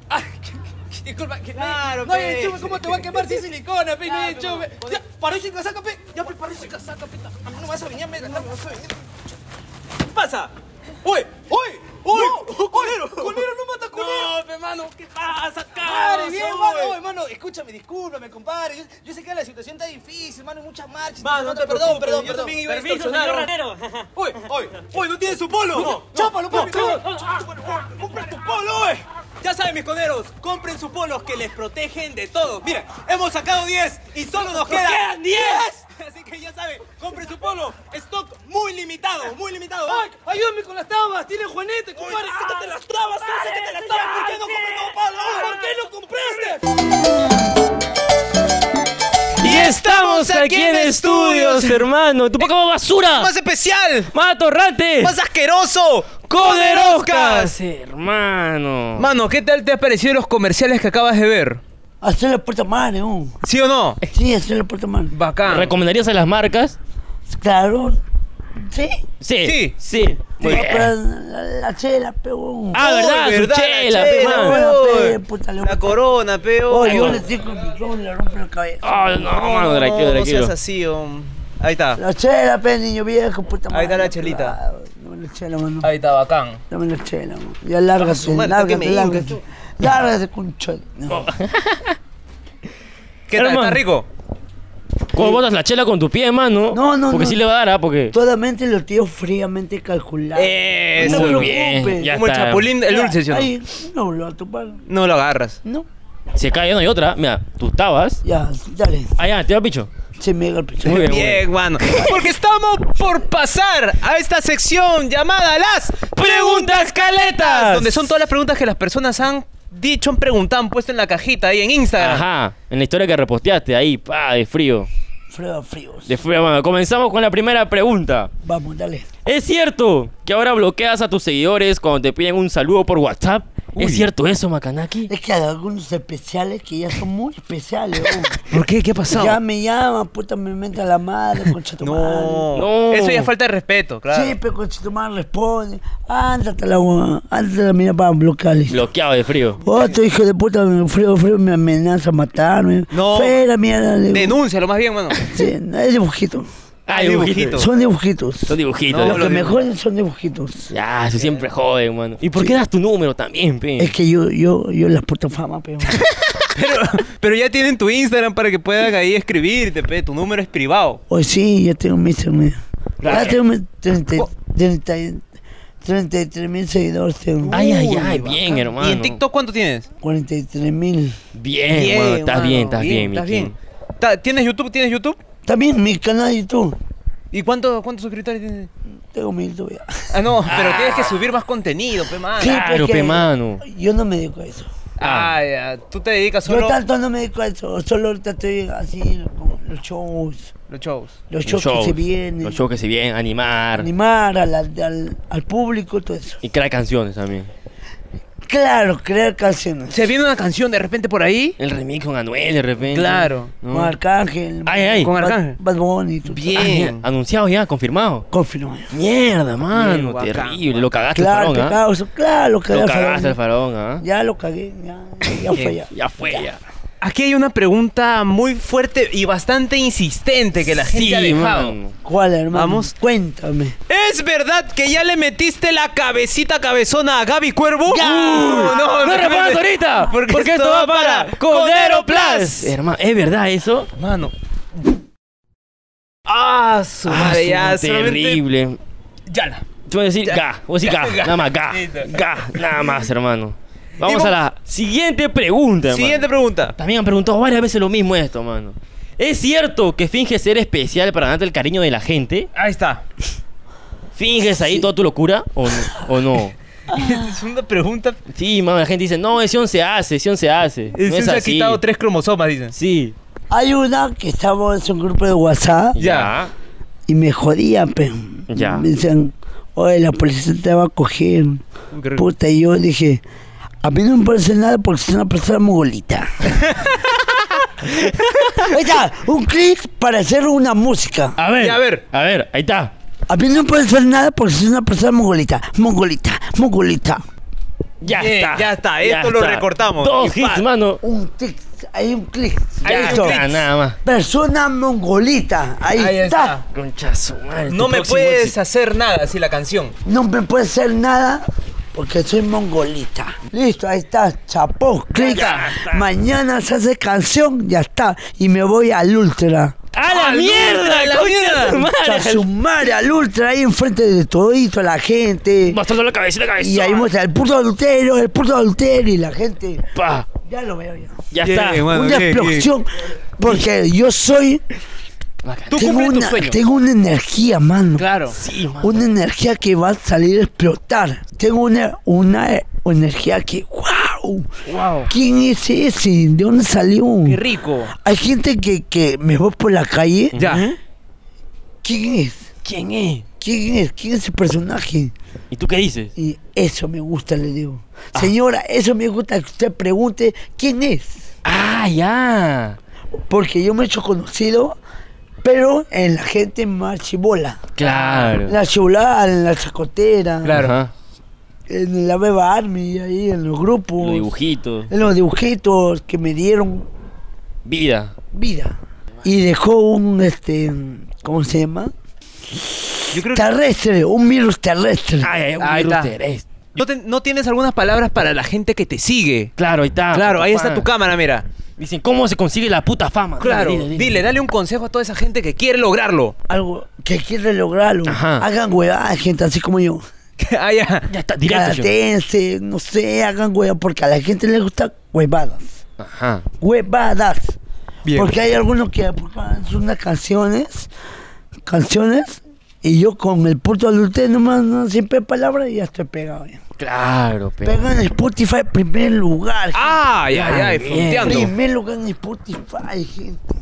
S1: ¡Ay, qué- qué- disculpa! Que ¡Claro, No hay enchufe, ¿cómo te va a quemar sin silicona, pe? No hay enchufe. Ya, parece casaca, pe. Ya, pues, parece casaca, pe. A mí no me vas a venir, me no me vas a venir. ¿Qué pasa? ¡Uy! ¡Uy! ¡Uy! ¡Colero! ¡Colero no mata colero! No, hermano, ¿qué pasa,
S5: Compadre,
S1: cabrón?
S5: bien, mano,
S1: eh.
S5: Oye, mano, escúchame, discúlpame, compadre. Yo, yo sé que la situación está difícil, mano, hay muchas marchas.
S1: Mano, no te
S5: perdón,
S1: preocupes,
S5: perdón,
S1: yo
S5: perdón.
S1: también iba a
S5: Permiso,
S1: distorsionar,
S5: señor
S1: ¿no?
S5: Ranero.
S1: ¡Uy! ¡Uy! ¡Uy! ¡No tiene su polo!
S5: Chápalo, papi,
S1: No,
S5: chápalo.
S1: chápalo, papi, ¡Compra tu polo, eh! Ya saben, mis coneros, compren sus polos que les protegen de todo. Miren, hemos sacado 10 y solo nos quedan.
S3: quedan 10.
S1: Así que ya saben, compren su polo. Stock muy limitado, muy limitado. ¿ah?
S5: ayúdame con las trabas, tiene Juanete, compadre.
S1: sácate las trabas, sácate las trabas. ¿Por qué no compras todo palo? ¿Por qué no compraste? Ah,
S3: Y estamos aquí en estudios, hermano. ¡Tu poca
S1: Eh,
S3: basura!
S1: Más especial,
S3: ¡Más torrante!
S1: más asqueroso,
S3: ¡Coderoscas,
S1: Coderoscas.
S3: hermano!
S1: Mano, ¿qué tal te han parecido los comerciales que acabas de ver?
S2: Hacer la puta madre, oh.
S1: ¿Sí o no?
S2: Sí, hacer la puta madre.
S1: Bacán.
S3: ¿Recomendarías a las marcas?
S2: Claro. Sí.
S3: Sí.
S1: Sí.
S3: Sí. Muy
S2: No,
S3: bien.
S2: pero la, la chela, pe, huevón.
S3: Ah, ¿verdad?
S1: Uy,
S3: Su
S1: ¿verdad?
S3: chela,
S1: La
S3: pe,
S1: chela,
S3: mano.
S2: Bueno,
S1: pe.
S2: pe, puta, le-
S1: La corona, peo.
S2: Oh, yo le estoy con picón y le rompo la cabeza.
S3: Ah, no, mano, tranquilo, tranquilo.
S1: seas así, hom. Ahí está.
S2: La chela, pe, niño viejo, puta madre.
S1: Ahí está la chelita.
S2: Ah, Dame la chela, mano.
S1: Ahí está, bacán.
S2: Dame la chela, mano. Ya lárgate,
S1: su madre, está que
S2: lárgate,
S1: me
S2: lárgate. Lárgate, concha. No.
S1: ¿Qué tal?
S3: Hermano.
S1: ¿Está rico?
S3: ¿Cómo botas la chela con tu pie, mano?
S2: No, no,
S3: Porque
S2: no.
S3: sí le va a dar, ¿ah? Porque...
S2: Totalmente lo tío fríamente calculado.
S1: Eso,
S2: no te
S3: bien.
S2: preocupes.
S3: Ya
S1: Como el
S3: está.
S1: chapulín, el
S2: Mira,
S1: dulce, ¿sí o no?
S2: ahí, no lo va a topar.
S1: No lo agarras.
S2: No.
S3: Se cae una y otra. Mira, tú estabas.
S2: Ya, dale.
S3: Ah, ya, te da picho.
S2: Se me llega el pecho.
S3: Muy bien.
S1: Bien, mano. Porque estamos por pasar a esta sección llamada las
S3: ¡Preguntas caletas!
S1: donde son todas las preguntas que las personas han dicho, han preguntado, han puesto en la cajita ahí en Instagram.
S3: Ajá, en la historia que reposteaste ahí, pa, de frío.
S2: Frío, fríos.
S3: De frío, mano. Comenzamos con la primera pregunta.
S2: Vamos, dale.
S3: ¿Es cierto que ahora bloqueas a tus seguidores cuando te piden un saludo por WhatsApp? ¿Es cierto eso, Macanaki?
S2: Es que hay algunos especiales que ya son muy especiales. oh.
S1: ¿Por qué? ¿Qué ha pasado?
S2: Ya me llaman, puta, me menta la madre, concha tu madre.
S1: No.
S3: No.
S1: Eso ya es falta de respeto, claro.
S2: Sí, pero concha tu madre responde. Ándate la gua- ándate la mira para bloquearle.
S3: Bloqueado de frío.
S2: Otro hijo de puta, me- frío, frío, me amenaza a matarme.
S1: No.
S2: Fera, mierda. le digo.
S1: Denúncialo más bien, mano.
S2: Sí, no, es dibujito.
S3: Ah,
S1: Hay
S3: dibujitos.
S1: dibujitos.
S2: Son dibujitos.
S3: Son dibujitos.
S1: No,
S2: Los
S1: los
S2: que
S1: dibu-
S2: mejores son dibujitos.
S3: Ya, se siempre joden, mano. ¿Y por qué das tu número también, pe?
S2: Es que yo, yo, yo las puta fama, pero.
S1: Pero, pero ya tienen tu Instagram para que puedan ahí escribirte, pe. Tu número es privado.
S2: Hoy sí, ya tengo mis amigos.
S3: Claro.
S2: Ya tengo mis 30 30 33 mil seguidores, tengo.
S3: Ay, ay, ay,
S1: Uy,
S3: bien,
S1: bacán.
S3: hermano.
S1: ¿Y en TikTok cuánto tienes?
S2: 43 mil.
S3: Bien, mano, Eh, estás
S1: mano,
S3: bien, estás bien, mi King.
S1: Ta- ¿Tienes YouTube? ¿Tienes YouTube?
S2: También mi canal de YouTube.
S1: ¿Y cuánto- cuántos suscriptores tienes?
S2: Tengo mil todavía.
S1: Ah, no, pero tienes que subir más contenido, pe, mano.
S2: Sí,
S3: Claro,
S2: porque
S3: pe, mano.
S2: Yo no me dedico a eso.
S1: Ah, ya. Tú te dedicas solo
S2: Yo
S1: a
S2: tanto no me dedico a eso. Solo ahorita estoy así con los shows.
S1: los shows.
S2: Los
S3: Los
S2: shows, que se vienen.
S3: Los shows que se vienen, animar.
S2: Animar a la- al, al público, todo eso.
S3: Y crear canciones también.
S2: Claro, crear canciones.
S1: ¿Se viene una canción de repente por ahí?
S3: El remix con Anuel de repente.
S1: Claro.
S3: ¿no?
S2: Con Arcángel.
S3: Ay, ay.
S1: Con
S2: Bad-
S1: Arcángel.
S2: Bad Bunny. todo.
S1: Bien.
S3: Ah, ya, Anunciado ya, confirmado.
S2: Confirmado.
S3: Mierda, mano.
S1: guacán,
S3: terrible. Lo cagaste
S2: Claro,
S3: al farón, ¿ah?
S2: pecado, eso, claro, lo cagué
S3: Lo
S2: al
S3: cagaste al
S2: farol.
S3: farón, ¿ah?
S2: Ya lo cagué, ya, ya fue ya.
S3: Ya fue, ya.
S1: Aquí hay una pregunta muy fuerte y bastante insistente que la gente
S3: Sí,
S1: ha dejado.
S3: mano.
S2: ¿Cuál, hermano?
S1: Vamos.
S2: Cuéntame.
S1: ¿Es verdad que ya le metiste la cabecita cabezona a Gaby Cuervo?
S2: ¡Ya!
S1: Uh,
S3: ¡No,
S1: espérate.
S3: respondas ahorita! Porque, esto va para Codero Plus. Hermano, ¿es verdad eso?
S1: Mano. Ah, su
S3: Ah,
S1: madre, ya,
S3: su- terrible.
S1: solamente- Ya la.
S3: Tú vas a decir ga, voy a decir ga,
S1: Ga.
S3: nada más, ga,
S1: Listo.
S3: ga, nada más, hermano. Vamos
S1: vamos-
S3: a la siguiente pregunta, hermano.
S1: Siguiente pregunta.
S3: También han preguntado varias veces lo mismo esto, mano. ¿Es cierto que finges ser especial para ganarte el cariño de la gente?
S1: Ahí está.
S3: ¿Finges ahí toda tu locura o no? ¿O no?
S1: Esta es una pregunta.
S3: Sí, mano, la gente dice, no, Sion se hace, Sion se hace. No
S1: se
S3: es
S1: ha
S3: así.
S1: quitado tres cromosomas, dicen.
S3: Sí.
S2: Hay una que estábamos en un grupo de WhatsApp
S3: Ya.
S1: Ya.
S2: y me jodían, pero.
S3: Ya.
S2: Me decían, oye, la policía te va a coger. Puta, y yo dije, a mí no me parece nada porque soy una persona mongolita. Ahí está, un clic para hacer una música.
S3: A ver.
S1: Ya,
S3: a
S1: a
S3: ver.
S1: ver.
S3: A ver, ahí está.
S2: A mí no me puede hacer nada porque soy una persona mongolita. Mongolita, mongolita.
S3: Ya
S1: Bien,
S3: está.
S1: ya está, esto lo recortamos.
S3: Dos
S1: Y
S3: hits,
S1: pa.
S3: mano.
S2: Un clic, hay un clic.
S3: Ya
S2: Listo.
S3: está, nada más.
S2: Persona mongolita, ahí,
S1: Ahí
S2: está.
S1: está.
S3: Conchazo, madre.
S1: No
S3: tu
S1: me
S3: próximo
S1: puedes
S3: éxito.
S1: hacer nada si la canción.
S2: No me puede hacer nada porque soy mongolita. Listo, ahí está. Chapó, clic.
S1: Ya
S2: Mañana se hace canción, ya está. Y me voy al ultra.
S3: ¡A la
S1: ¡Ah,
S3: mierda!
S1: a la
S3: concha
S1: mierda!
S3: de su madre!
S2: A sumar al ultra ahí enfrente de todito la gente.
S3: Mostrando la cabecita, cabezona.
S2: Y ahí muestra el puto adultero, el puto adultero y la gente.
S3: Pa,
S2: Ya lo veo ya.
S3: ya
S1: Bien,
S3: está.
S1: bueno,
S2: una
S1: bien, bien.
S2: explosión. Porque yo soy.
S3: Bacán.
S1: Tú
S2: tengo,
S1: cumples tu
S2: una,
S1: sueño.
S2: tengo una energía, mano.
S1: Claro.
S3: Sí, mano.
S2: Una energía que va a salir a explotar. Tengo una, una eh, energía que. ¡Wow!
S1: Wow.
S2: ¿Quién es ese? ¿De dónde salió?
S1: Qué rico.
S2: Hay gente que, que me va por la calle.
S1: Ya.
S3: ¿Eh?
S2: ¿Quién es?
S3: ¿Quién es?
S2: ¿Quién es? ¿Quién es ese personaje?
S3: ¿Y tú qué dices?
S2: Y eso me gusta, le digo.
S1: Ah.
S2: Señora, eso me gusta que usted pregunte quién es.
S3: Ah, ya.
S2: Porque yo me he hecho conocido, pero en la gente más chibola.
S3: Claro.
S2: La chibola, en la chacotera,
S3: Ajá.
S2: en la Beba Army, ahí en los grupos,
S3: Los dibujitos.
S2: en los dibujitos que me dieron
S3: Vida.
S2: vida. Y dejó un, este, ¿cómo se llama?
S1: Yo creo que
S2: Terrestre, un virus terrestre.
S3: Ay, ay, un
S1: Ahí
S3: virus
S1: está.
S3: terrestre.
S1: no, te- no tienes algunas palabras para la gente que te sigue.
S3: Claro, ahí está.
S1: Claro, ahí
S3: papá.
S1: está tu cámara, mira.
S3: Dicen, ¿cómo se consigue la puta fama?
S1: Claro, dile, dale un consejo a toda esa gente que quiere lograrlo.
S2: Algo que quiere lograrlo.
S3: Ajá.
S2: Hagan huevadas, gente, así como yo.
S1: Ah, ya.
S3: Ya está, directo. yo.
S2: Calatense, no sé, hagan huevadas, porque a la gente le gusta huevadas.
S3: Ajá.
S2: Huevadas.
S1: Bien.
S2: Porque hay algunos que aportan unas canciones, canciones, y yo con el puto adulté nomás, no, siempre palabras y ya estoy pegado. ya.
S3: Claro, pero.
S2: Pegado en Spotify, primer lugar.
S1: Ah, ya, ya,
S3: Ah,
S1: y
S3: bien.
S2: gente.
S1: fronteando.
S2: Primer lugar en Spotify, gente.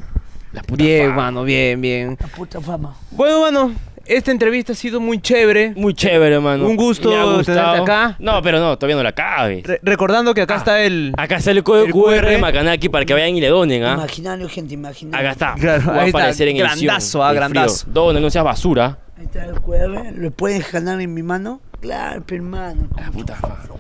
S3: La puta
S1: Bien,
S3: fama.
S1: mano, bien, bien.
S2: La puta fama.
S1: Bueno, mano, esta entrevista ha sido muy chévere.
S3: Muy chévere, hermano.
S1: Un gusto
S3: Me ha gustado.
S1: tenerte acá.
S3: No, pero no, todavía no la acabes.
S1: Re- recordando que acá está el.
S3: Acá sale el código
S1: El
S3: QR de
S1: QR.
S3: Macanaki para que vayan y le donen, ¿ah?
S2: Imaginario, gente, imaginario.
S3: Acá está.
S1: Claro,
S3: Va a
S1: ahí está.
S3: aparecer en edición.
S1: Grandazo, ah,
S3: El frío.
S1: grandazo.
S3: Donen, no seas basura.
S2: Ahí está el QR, ¿lo pueden ganar en mi mano? Claro, pe, hermano.
S3: La puta madre.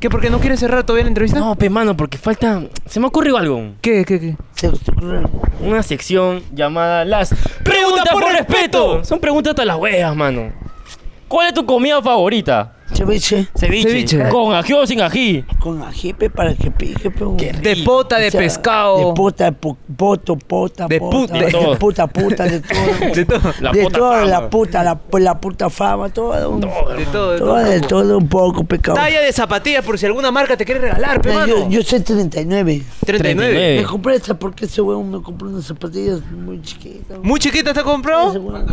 S1: ¿Qué? ¿Por qué no quieres cerrar todavía la entrevista?
S3: No, pe, mano, porque falta. Se me ha ocurrido algo.
S1: ¿Qué, qué, qué?
S2: Se os ocurre algo.
S3: Una sección llamada las preguntas
S1: por
S3: por,
S1: respeto.
S3: respeto. Son preguntas hasta las huevas, mano. ¿Cuál es tu comida favorita?
S2: Ceviche
S3: Ceviche.
S1: Ceviche.
S3: ¿Con ají o sin ají?
S2: con ajipe para que pique, pe.
S1: De pota, de
S2: O sea,
S1: pescado.
S2: De pota, de po- poto, pota,
S1: De
S2: pota,
S1: puta.
S2: de,
S3: De todo.
S2: puta, puta, de todo.
S1: De todo.
S3: La
S2: de
S3: puta
S2: todo,
S3: fama.
S2: la puta, la, la puta fama, todo.
S3: Todo,
S1: De todo, de
S2: todo,
S1: todo.
S2: de todo un poco, pecado.
S1: Talla de zapatillas por si alguna marca te quiere regalar, pe,
S2: Yo,
S1: mano.
S2: yo soy 39.
S1: 39.
S3: 39.
S2: Me compré esta porque ese huevón me compró unas zapatillas muy chiquitas.
S1: ¿Muy chiquita está
S2: Ese
S1: comprado?
S2: huevón.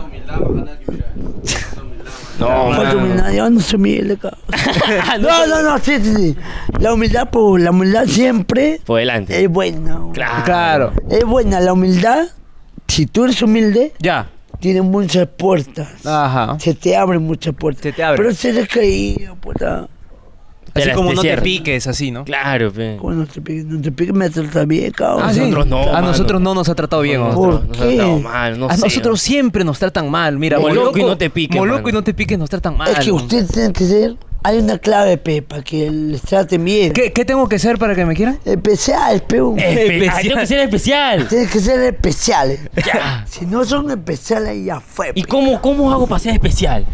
S3: No,
S2: Falta
S3: mano.
S2: humildad, yo no soy humilde, cabrón. No, no, no, sí, sí, sí. La humildad, pues, la humildad siempre
S3: Por delante.
S2: es buena.
S3: Claro.
S1: Claro.
S2: Es buena, la humildad, si tú eres humilde,
S1: Ya.
S2: tiene muchas puertas.
S1: Ajá.
S2: Se te abren muchas puertas.
S1: Se te abren.
S2: Pero pues, si eres caído, puta.
S3: Te
S1: Así
S3: las
S1: como no te
S3: desierto.
S1: piques, así, ¿no?
S3: Claro, pe.
S2: ¿Cómo pues, no te piques? No te piques, me tratas bien, cabrón.
S1: Ah, sí.
S3: Nosotros no,
S1: A
S3: mano.
S1: nosotros no nos ha tratado bien.
S3: No,
S1: ¿no?
S2: ¿Por
S3: no, no,
S2: qué?
S3: no, mal, no
S1: a
S3: sé.
S1: nosotros siempre nos tratan mal, mira.
S3: Moloco y no te piques,
S1: Moloco
S3: mano.
S1: y no te piques nos tratan mal.
S2: Es que usted tiene que ser. Hay una clave, pe, para que les traten bien.
S1: ¿Qué, Eh. qué tengo que hacer para que me quieran?
S2: Especial, pe. un-
S3: Espe-
S1: Especial.
S3: Ah, tengo que ser especial.
S2: Tienes que ser especiales.
S3: Ya.
S2: Si no son especiales, ya fue.
S3: ¿Y
S2: pe.
S3: cómo, cómo hago para ser especial?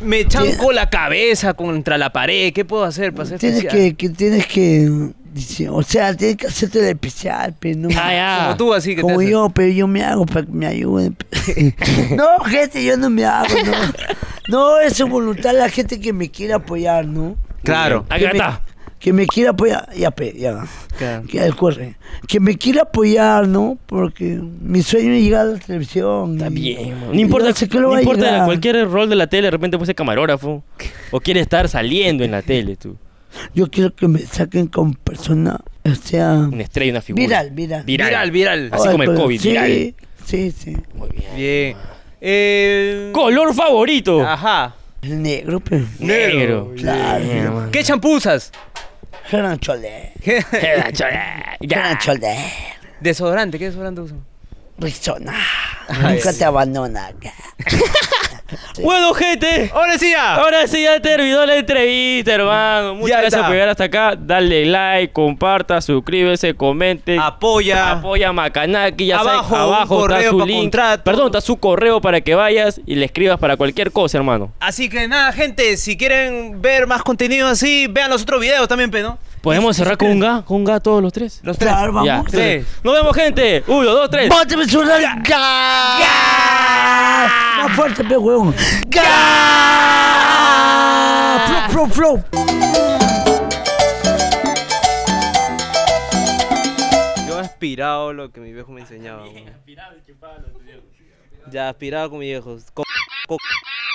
S1: Me chanco la cabeza contra la pared. ¿Qué puedo hacer para ser
S2: Tienes
S1: especial?
S2: que, que- tienes que, dice, o sea, tienes que hacerte el especial, pero no.
S3: Ah, ya.
S1: Como tú, así que te
S2: Como
S1: haces.
S2: yo, pero yo me hago para que me ayuden. pe. no, gente, yo no me hago, no. No, es su voluntad la gente que me quiere apoyar, ¿no?
S1: Claro.
S3: Acá
S2: Que me-
S3: está.
S2: Que me quiera apoyar, ya, pe, ya.
S1: Claro.
S2: Que ya corre. Que me quiera apoyar, ¿no? Porque mi sueño es llegar a la televisión.
S3: Está
S2: y-
S3: bien, mano.
S2: y
S3: No importa,
S2: yo sé que lo
S3: no
S2: va a
S3: importa
S2: llegar.
S3: cualquier rol de la tele, de repente puede ser camarógrafo. O quiere estar saliendo en la tele, tú.
S2: Yo quiero que me saquen con persona, o sea,
S3: Una estrella, una figura.
S2: Viral, viral.
S1: Viral, viral.
S3: Así
S2: Ay,
S3: como el
S2: pero-
S3: COVID,
S2: sí,
S3: viral.
S2: Sí, sí.
S3: Muy bien.
S1: Bien. Eh,
S3: Color favorito.
S1: Ajá.
S2: El negro, pero.
S3: Negro.
S2: Claro.
S3: Bien, mano.
S1: ¿Qué champuzas?
S2: Gran chole. Gran
S3: Ya.
S2: chole.
S1: desodorante, ¿qué desodorante usan?
S2: Rizona. pues, Nunca te abandona.
S3: Bueno, gente.
S1: Ahora sí ya.
S3: Ahora sí ya terminó la entrevista, hermano. Muchas
S1: Ah. Ya
S3: gracias
S1: está.
S3: por llegar hasta acá. Dale like, comparta, suscríbese, comente.
S1: Ah, Apoya.
S3: Apoya a Macanaki, ya
S1: Abajo,
S3: abajo, abajo
S1: un
S3: está
S1: correo
S3: su
S1: pa'
S3: link.
S1: contrato.
S3: Perdón, está su correo para que vayas y le escribas para cualquier cosa, hermano.
S1: Así que nada, gente, si quieren ver más contenido así, vean los otros videos también, pe, ¿no?
S3: ¿Podemos
S1: Y-
S3: cerrar con un ga? ¿Con un ga todos los tres?
S1: Los tres.
S2: Claro,
S3: Ya.
S2: vamos.
S1: Sí.
S3: Nos vemos, gente. Uno, dos, tres.
S2: ¡Bótame su ya! ¡Ya! Más fuerte, pe huevón. ¡Ya! Flow, flow, flow.
S1: Yo aspirado lo que mi viejo me enseñaba. weón. Ya aspirado con mi viejo. Co- co-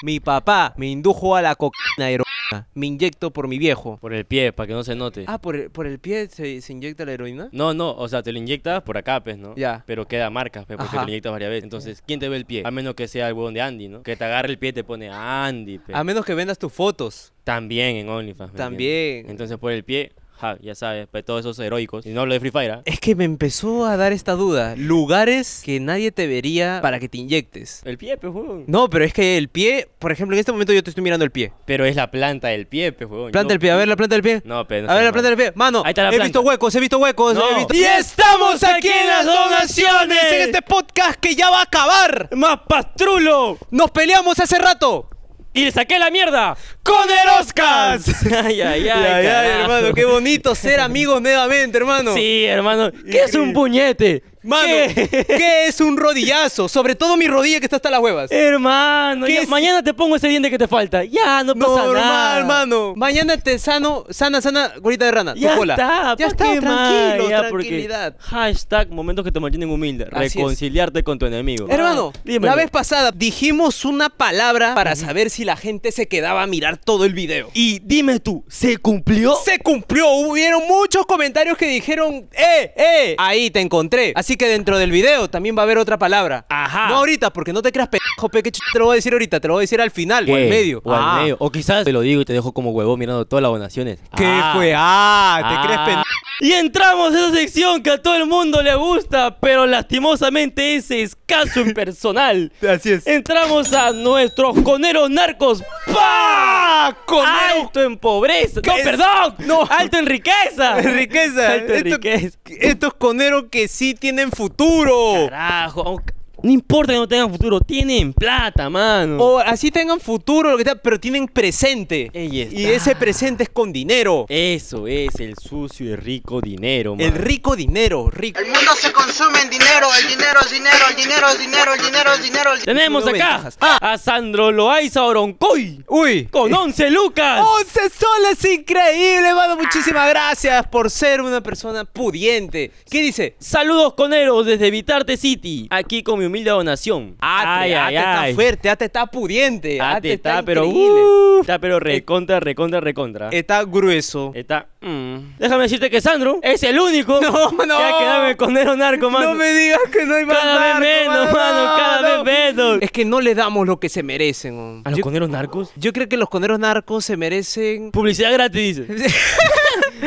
S1: mi papá me indujo a la cocaína heroína. Me inyecto por mi viejo.
S3: Por el pie, para que no se note.
S1: Ah, por el, por el pie se, se inyecta la heroína.
S3: No, no, o sea, te lo inyectas por acá, pues, ¿no?
S1: Ya.
S3: Pero queda marcas, pues, porque
S1: Ajá.
S3: te lo inyectas varias veces. Entonces, ¿quién te ve el pie? A menos que sea el huevón de Andy, ¿no? Que te agarre el pie y te pone Andy, pues.
S1: A menos que vendas tus fotos.
S3: También en OnlyFans. ¿me
S1: También.
S3: entiendes? Entonces, por el pie, ja, ya sabes, pues, todos esos heroicos. Y no hablo de Free Fire, ¿ah?
S1: Es que me empezó a dar esta duda. Lugares que nadie te vería para que te inyectes.
S3: El pie, pues, huevón.
S1: No, pero es que el pie, por ejemplo, en este momento yo te estoy mirando el pie.
S3: Pero es la planta del pie, pues, huevón.
S1: Planta
S3: No-
S1: del pie, a ver la planta del pie.
S3: No, pero no
S1: a ver
S3: sé,
S1: la planta
S3: mano.
S1: del pie. Mano,
S3: Ahí está la
S1: he
S3: planta.
S1: visto huecos, he visto huecos,
S3: No.
S1: he visto...
S3: Y estamos aquí en las donaciones.
S1: En este podcast que ya va a acabar.
S3: ¡Más pastrulo!
S1: Nos peleamos hace rato.
S3: Y le saqué la mierda con el Oscar. Ah, ay, ay, ay,
S5: Ay, ay,
S3: carajo.
S5: hermano, qué bonito ser amigos nuevamente, hermano.
S3: Sí, hermano. ¿Qué es un puñete?
S5: Mano,
S3: ¿Qué?
S5: ¿qué? es un rodillazo? Sobre todo mi rodilla que está hasta las huevas.
S3: Hermano,
S5: ¿Qué
S3: ya-
S5: es?
S3: mañana te pongo ese diente que te falta. Ya, no pasa
S5: Normal,
S3: nada.
S5: mano. Mañana te sano, sana, sana, gorita de rana. tu
S3: Ya
S5: cola.
S3: está,
S5: ya
S3: ¿pa'
S5: está,
S3: qué más?
S5: tranquilo,
S3: Ya, Ah, porque
S5: tranquilidad.
S3: Hashtag momentos que te mantienen humilde.
S5: Así es.
S3: Reconciliarte con tu enemigo.
S5: Hermano,
S3: Ah, dímelo.
S5: la vez pasada dijimos una palabra para saber si la gente se quedaba a mirar todo el video.
S3: Y dime tú, ¿se cumplió?
S5: Se cumplió, hubieron muchos comentarios que dijeron, ¡eh, eh! Ahí te encontré. Así que dentro del video también va a haber otra palabra.
S3: Ajá.
S5: No ahorita, porque no te creas pendejo, pe, que ch- te lo voy a decir ahorita, te lo voy a decir al final o al
S3: ¿Qué?
S5: medio.
S3: O al
S5: Ah.
S3: medio. O quizás te lo digo y te dejo como huevón mirando todas las donaciones.
S5: ¿Qué
S3: Ah.
S5: fue? Ah, te crees
S3: Ah.
S5: pendejo.
S3: Y entramos a esa sección que a todo el mundo le gusta, pero lastimosamente es escaso en personal.
S5: Así es.
S3: Entramos a nuestros coneros narcos. ¡Pah!
S5: Conero-
S3: Alto en pobreza. No,
S5: Ah, Es-
S3: perdón.
S5: no.
S3: Alto en riqueza.
S5: riqueza.
S3: Alto en
S5: Esto-
S3: riqueza.
S5: Estos coneros que sí tienen futuro.
S3: Carajo. aunque- No importa que no tengan futuro, tienen plata, mano.
S5: O así tengan futuro, lo que sea, pero tienen presente.
S3: Ahí está.
S5: Y ese presente es con dinero.
S3: Eso es el sucio y rico dinero, mano.
S5: El rico dinero, rico.
S6: El mundo se consume en dinero, el dinero es dinero, el dinero es dinero, el dinero es dinero. el-
S3: Tenemos
S5: Tiene
S3: acá
S5: ventajas. Ah.
S3: a Sandro Loaiza Oroncoy
S5: Uy. Eh.
S3: con 11 lucas.
S5: 11 soles, increíble, hermano. Muchísimas gracias por ser una persona pudiente. ¿Qué dice?
S3: Saludos coneros desde Vitarte City, aquí con mi humilde donación.
S5: Ate, Ate ah, está fuerte, Ate está pudiente.
S3: Ate está, pero
S5: increíble. Eh.
S3: uh, está pero recontra, recontra, recontra.
S5: Está grueso.
S3: Está. mm. Déjame decirte que Sandro es el único
S5: No, no.
S3: que ha quedado en conero narco, mano.
S5: No me digas que no hay más
S3: Cada vez
S5: narco,
S3: menos, mano, cada
S5: no.
S3: vez menos.
S5: Es que no le damos lo que se merecen. man.
S3: ¿A los
S5: Yo,
S3: coneros narcos?
S5: yo creo que los coneros narcos se merecen. pues,
S3: Publicidad gratis, dice.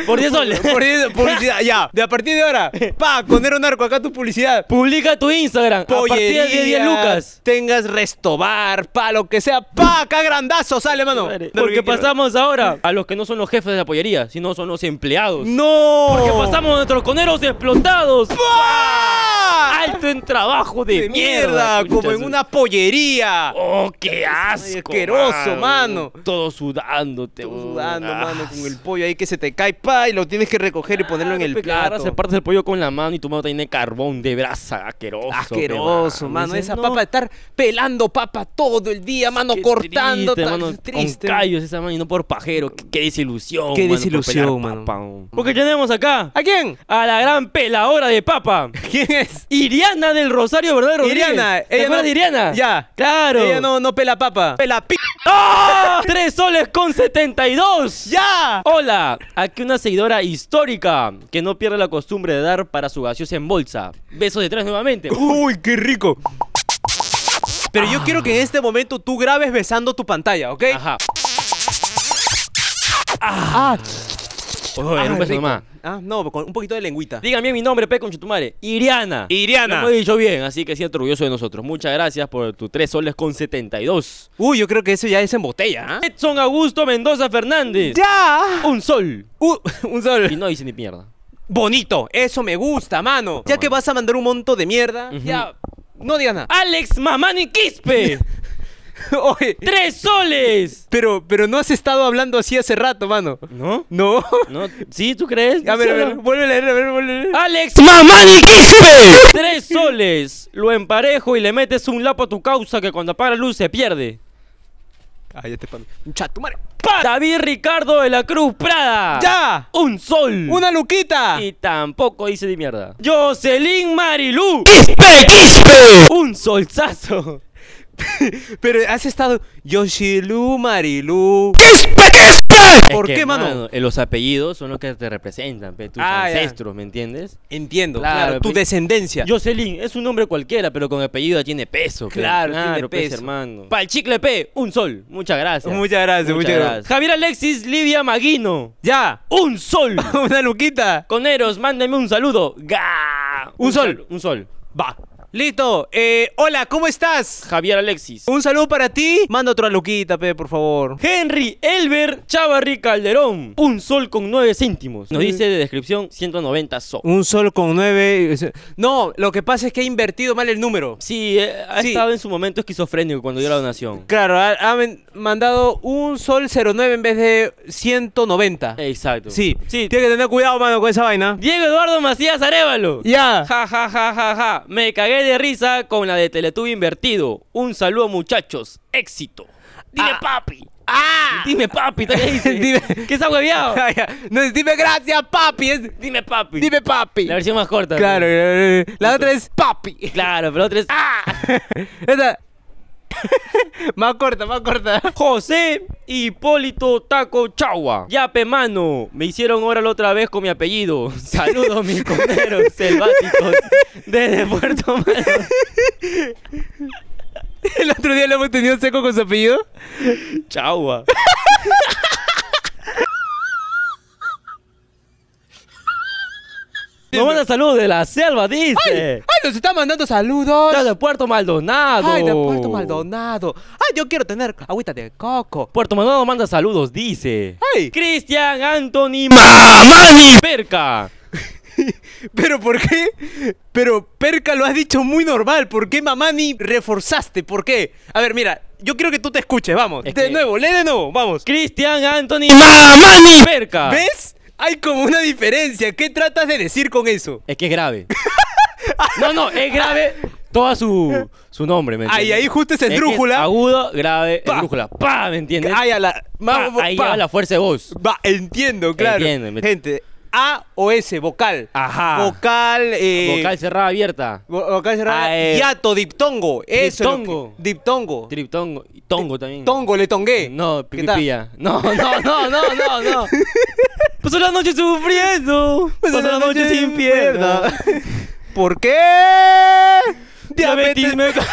S3: Por 10 soles.
S5: Por eso, publicidad, ya. De a partir de ahora, pa, conero narco, acá tu publicidad.
S3: Publica tu Instagram. A partir de 10,
S5: Pollería,
S3: lucas.
S5: Tengas restobar, pa, lo que sea. Pa, acá grandazo sale, mano.
S3: Porque pasamos ahora a los que no son los jefes de la pollería, sino son los empleados.
S5: ¡No!
S3: Porque pasamos a nuestros coneros explotados.
S5: ¡Pa!
S3: Alto en trabajo de,
S5: de mierda, como en
S3: conchas.
S5: una pollería.
S3: Oh, qué asco.
S5: asqueroso, mano.
S3: Todo sudándote,
S5: Estoy
S3: weón.
S5: sudando,
S3: Ah,
S5: mano, con el pollo ahí que se te cae, pa, y lo tienes que recoger y ponerlo en el
S3: pe, Ah, pues, que
S5: plato.
S3: agarras, se partes el pollo con la mano y tu mano tiene carbón de brasa, asqueroso. pe,
S5: Asqueroso,
S3: mano.
S5: mano.
S3: Dices,
S5: Esa
S3: no,
S5: papa de estar pelando papa todo el día, mano,
S3: qué
S5: cortando.
S3: triste,
S5: ta-
S3: mano,
S5: triste.
S3: Con callos esa mano y no por pajero. Qué, qué desilusión,
S5: Qué
S3: mano, por
S5: desilusión,
S3: pelar
S5: mano.
S3: papa, Porque tenemos acá
S5: ¿A quién?
S3: a la gran peladora de papa.
S5: ¿Quién es?
S3: Iriana del Rosario, ¿verdad, Rodríguez?
S5: Iriana,
S3: ¿Te
S5: ella
S3: acuerdas
S5: no-
S3: de Iriana?
S5: Ya.
S3: Claro.
S5: Ella no, no pela papa. Pela p.
S3: ¡Ah! ¡Tres soles con 72!
S5: ¡Ya!
S3: Hola, aquí una seguidora histórica que no pierde la costumbre de dar para su gaseosa en bolsa. Besos de tres nuevamente.
S5: ¡Uy, qué rico! Pero yo quiero que en este momento tú grabes besando tu pantalla, ¿ok?
S3: Ah. Ajá. Ojo, era pues, un
S5: Ah,
S3: beso
S5: rico.
S3: nomás.
S5: Ah, no, con un poquito de lengüita.
S3: Dígame mi nombre, Pe Conchetumare. Iriana.
S5: Iriana.
S3: Lo hemos dicho bien, así que siento orgulloso de nosotros. Muchas gracias por tus tres soles con 72.
S5: Uy, yo creo que eso ya es en botella, ¿ah?
S3: Edson Augusto Mendoza Fernández.
S5: ¡Ya!
S3: Un sol.
S5: Uh, un solo.
S3: Ah. Y no dice ni mierda.
S5: Bonito, eso me gusta, mano. Ya que vas a mandar un monto de mierda, ya no digas nada.
S3: Alex Mamani Quispe.
S5: Oye,
S3: ¡Tres soles!
S5: pero, pero no has estado hablando así hace rato, mano.
S3: ¿No?
S5: No.
S3: ¿No? ¿Sí? ¿Tú crees?
S5: A ver, a
S3: Sí,
S5: ver,
S3: no.
S5: vuelve a leer, a ver, vuelve a leer.
S3: Alex Mamani Quispe. Tres soles. Lo emparejo y le metes un lapo a tu causa que cuando apaga la luz se pierde.
S5: Ah, ya te pando. Un chato, madre.
S3: Pa- David Ricardo de la Cruz Prada.
S5: ¡Ya!
S3: Un sol.
S5: ¡Una luquita!
S3: Mm. Y tampoco dice de mierda. Jocelyn Marilú. Un solzazo.
S5: Pero has estado. Yoshilu Marilu. ¿Por
S3: Es que,
S5: qué, mano?
S3: eh, los apellidos son los que te representan, pe, tus
S5: Ah, ya.
S3: ancestros, ¿me entiendes?
S5: Entiendo,
S3: Claro,
S5: claro. tu
S3: pe-
S5: descendencia.
S3: Jocelyn es un nombre cualquiera, pero con apellido tiene peso. pe.
S5: Claro, tiene
S3: pues,
S5: peso.
S3: hermano. Para el chicle P, un sol. Muchas gracias.
S5: Muchas gracias, muchas gracias.
S3: Javier Alexis Livia Maguino.
S5: ¡Ya!
S3: Un sol.
S5: ¡Una luquita!
S3: Coneros, mándenme un saludo. Ga.
S5: Un sol.
S3: Un sol.
S5: Va. Listo. Eh, hola, ¿cómo estás?
S3: Javier Alexis.
S5: Un saludo para ti. Manda otra luquita, pe, por favor.
S3: Henry Elber Chavarri Calderón. Un sol con nueve céntimos. Nos dice de descripción 190 so.
S5: Un sol con nueve. No, lo que pasa es que he invertido mal el número.
S3: Sí, eh, ha
S5: Sí.
S3: estado en su momento esquizofrénico cuando dio la donación.
S5: Claro, ha- ha men- mandado un sol 09 en vez de 190.
S3: Exacto.
S5: Sí,
S3: Eh, Sí.
S5: Tiene que tener cuidado, mano, con esa vaina.
S3: Diego Eduardo Macías Arevalo.
S5: Ya.
S3: Ja, ja, ja, ja, ja. Me cagué de risa con la de Teletubby invertido. Un saludo, muchachos. Éxito. Dime,
S5: Ah.
S3: papi. ¡Ah! Dime, papi. ¿tú ¿Qué dices?
S5: Dime-
S3: ¿Qué está hueviado?
S5: Ya, ya. No, dime gracias, papi. Es-
S3: Dime, papi.
S5: Dime papi.
S3: La versión más corta.
S5: Claro,
S3: pues.
S5: eh, la otra es papi.
S3: Claro, pero otra es... ¡Ah!
S5: Esta- más corta, más corta.
S3: José Hipólito Taco Chagua. Yape, mano. Me hicieron oral otra vez con mi apellido. Saludos, mis comeros selváticos. Desde Puerto Mano.
S5: El otro día lo hemos tenido seco con su apellido.
S3: Chagua. Nos manda saludos de la selva, dice.
S5: ¡Ay, nos está mandando saludos!
S3: Desde Puerto Maldonado.
S5: ¡Ay, de Puerto Maldonado! ¡Ay, yo quiero tener agüita de coco!
S3: Puerto Maldonado manda saludos, dice.
S5: ¡Ay!
S3: Cristian Anthony Mani Perca.
S5: ¿Pero por qué? Pero, Perca, lo has dicho muy normal. ¿Por qué, mamá, ni reforzaste? ¿Por qué? A ver, mira, yo quiero que tú te escuches, vamos.
S3: Es
S5: de
S3: que-
S5: nuevo, lee de nuevo, vamos.
S3: Cristian Anthony Mamani Perca.
S5: ¿Ves? Hay como una diferencia. ¿Qué tratas de decir con eso?
S3: Es que es grave. no, no, es grave toda su, su nombre, ¿me
S5: Ahí,
S3: entiendes?
S5: ahí justo es
S3: que
S5: esdrújula.
S3: agudo, grave,
S5: Pa.
S3: esdrújula. Pa, ¿me entiendes?
S5: Ay, a la.
S3: Pa,
S5: ma-
S3: ahí
S5: pa.
S3: va la fuerza de voz.
S5: Va, entiendo, claro.
S3: Entiendo, me-
S5: Gente, A o S, vocal.
S3: Ajá.
S5: Vocal, eh,
S3: Vocal cerrada abierta.
S5: vo- vocal cerrada.
S3: Ah, eh.
S5: Hiato, diptongo. Eso es lo que-
S3: Diptongo.
S5: diptongo.
S3: Triptongo. Y tongo también.
S5: Eh, Tongo, le tongué.
S3: No,
S5: ¿Qué tal?
S3: pipilla. No, no, no, no, no, no. Pasó la noche sufriendo. Pasó la noche sin pierna.
S5: ¿Por qué?
S3: Diabetes me...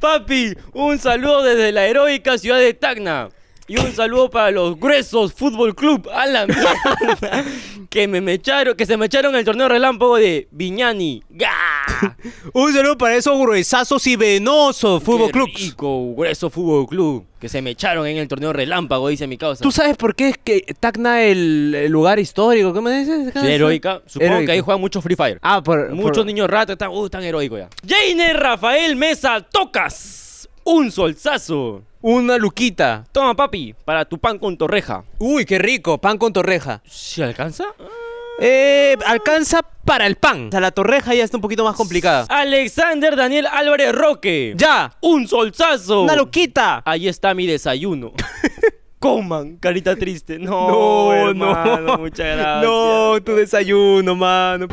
S3: Papi, un saludo desde la heroica ciudad de Tacna. Y un saludo para los gruesos Fútbol Club. A la mierda. que me mecharon, que se me echaron el torneo relámpago de Viñani. ¡Ga!
S5: Un saludo para esos gruesazos y venosos fútbol
S3: Qué
S5: clubs.
S3: rico, grueso Fútbol Club. Que se me echaron en el torneo relámpago, dice mi causa.
S5: ¿Tú sabes por qué es que Tacna el, el lugar histórico? ¿Qué me dices?
S3: Ciudad heroica. Supongo que
S5: Heroica.
S3: ahí juegan mucho Free Fire.
S5: Ah, por...
S3: Muchos
S5: por-
S3: niños ratos están, uh, están heroicos ya. Jainer Rafael Mesa Tocas. Un solzazo.
S5: Una luquita.
S3: Toma, papi, para tu pan con torreja.
S5: Uy, qué rico. Pan con torreja.
S3: ¿Se alcanza?
S5: Eh, alcanza para el pan. O sea, la torreja ya está un poquito más complicada.
S3: Ah. Alexander Daniel Álvarez Roque.
S5: ¡Ya!
S3: Un solzazo.
S5: ¡Una loquita!
S3: Ahí está mi desayuno. Coman, carita triste. No,
S5: No,
S3: hermano,
S5: no.
S3: muchas gracias.
S5: No, tu desayuno, mano.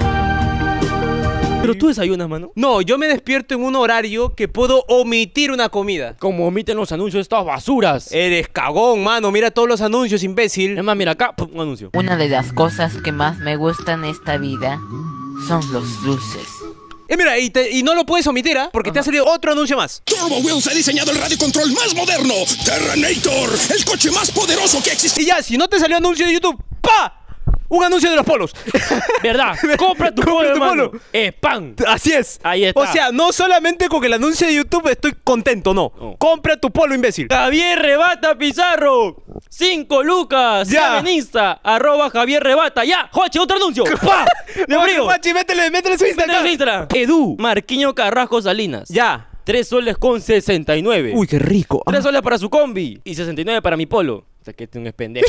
S3: Pero tú desayunas, mano.
S5: No, yo me despierto en un horario que puedo omitir una comida.
S3: Como omiten los anuncios de estas basuras.
S5: Eres cagón, mano. Mira todos los anuncios,
S3: Es
S5: imbécil.
S3: más, mira acá, pum, un anuncio.
S7: Una de las cosas que más me gusta en esta vida son los dulces.
S5: Eh, mira, y, te- y no lo puedes omitir, ¿ah? Porque te ha salido otro anuncio más.
S1: Turbo Wheels ha diseñado el radiocontrol más moderno, Terrenator, el coche más poderoso que existe.
S5: Y ya, si no te salió anuncio de YouTube, ¡pa! Un anuncio de los polos.
S3: ¿Verdad? Compra tu
S5: Compra
S3: polo,
S5: tu
S3: hermano.
S5: polo.
S3: Es pan.
S5: Así es.
S3: Ahí está.
S5: O sea, no solamente con el anuncio de YouTube estoy contento, no.
S3: No.
S5: Compra tu polo, imbécil.
S3: Javier Rebata Pizarro. 5 lucas.
S5: Ya.
S3: Ya. En Insta. Arroba Javier Rebata. Ya. Joche, otro anuncio. ¡Pa! De
S5: Oye,
S3: abrigo.
S5: Guachi, métele, métele su Instagram.
S3: Métele su Instagram.
S5: Edu.
S3: Marquiño Carrasco Salinas.
S5: Ya.
S3: 3 soles con 69.
S5: Uy, qué rico.
S3: 3 soles para su combi. Y 69 para mi polo. O sea, que este no es pendejo.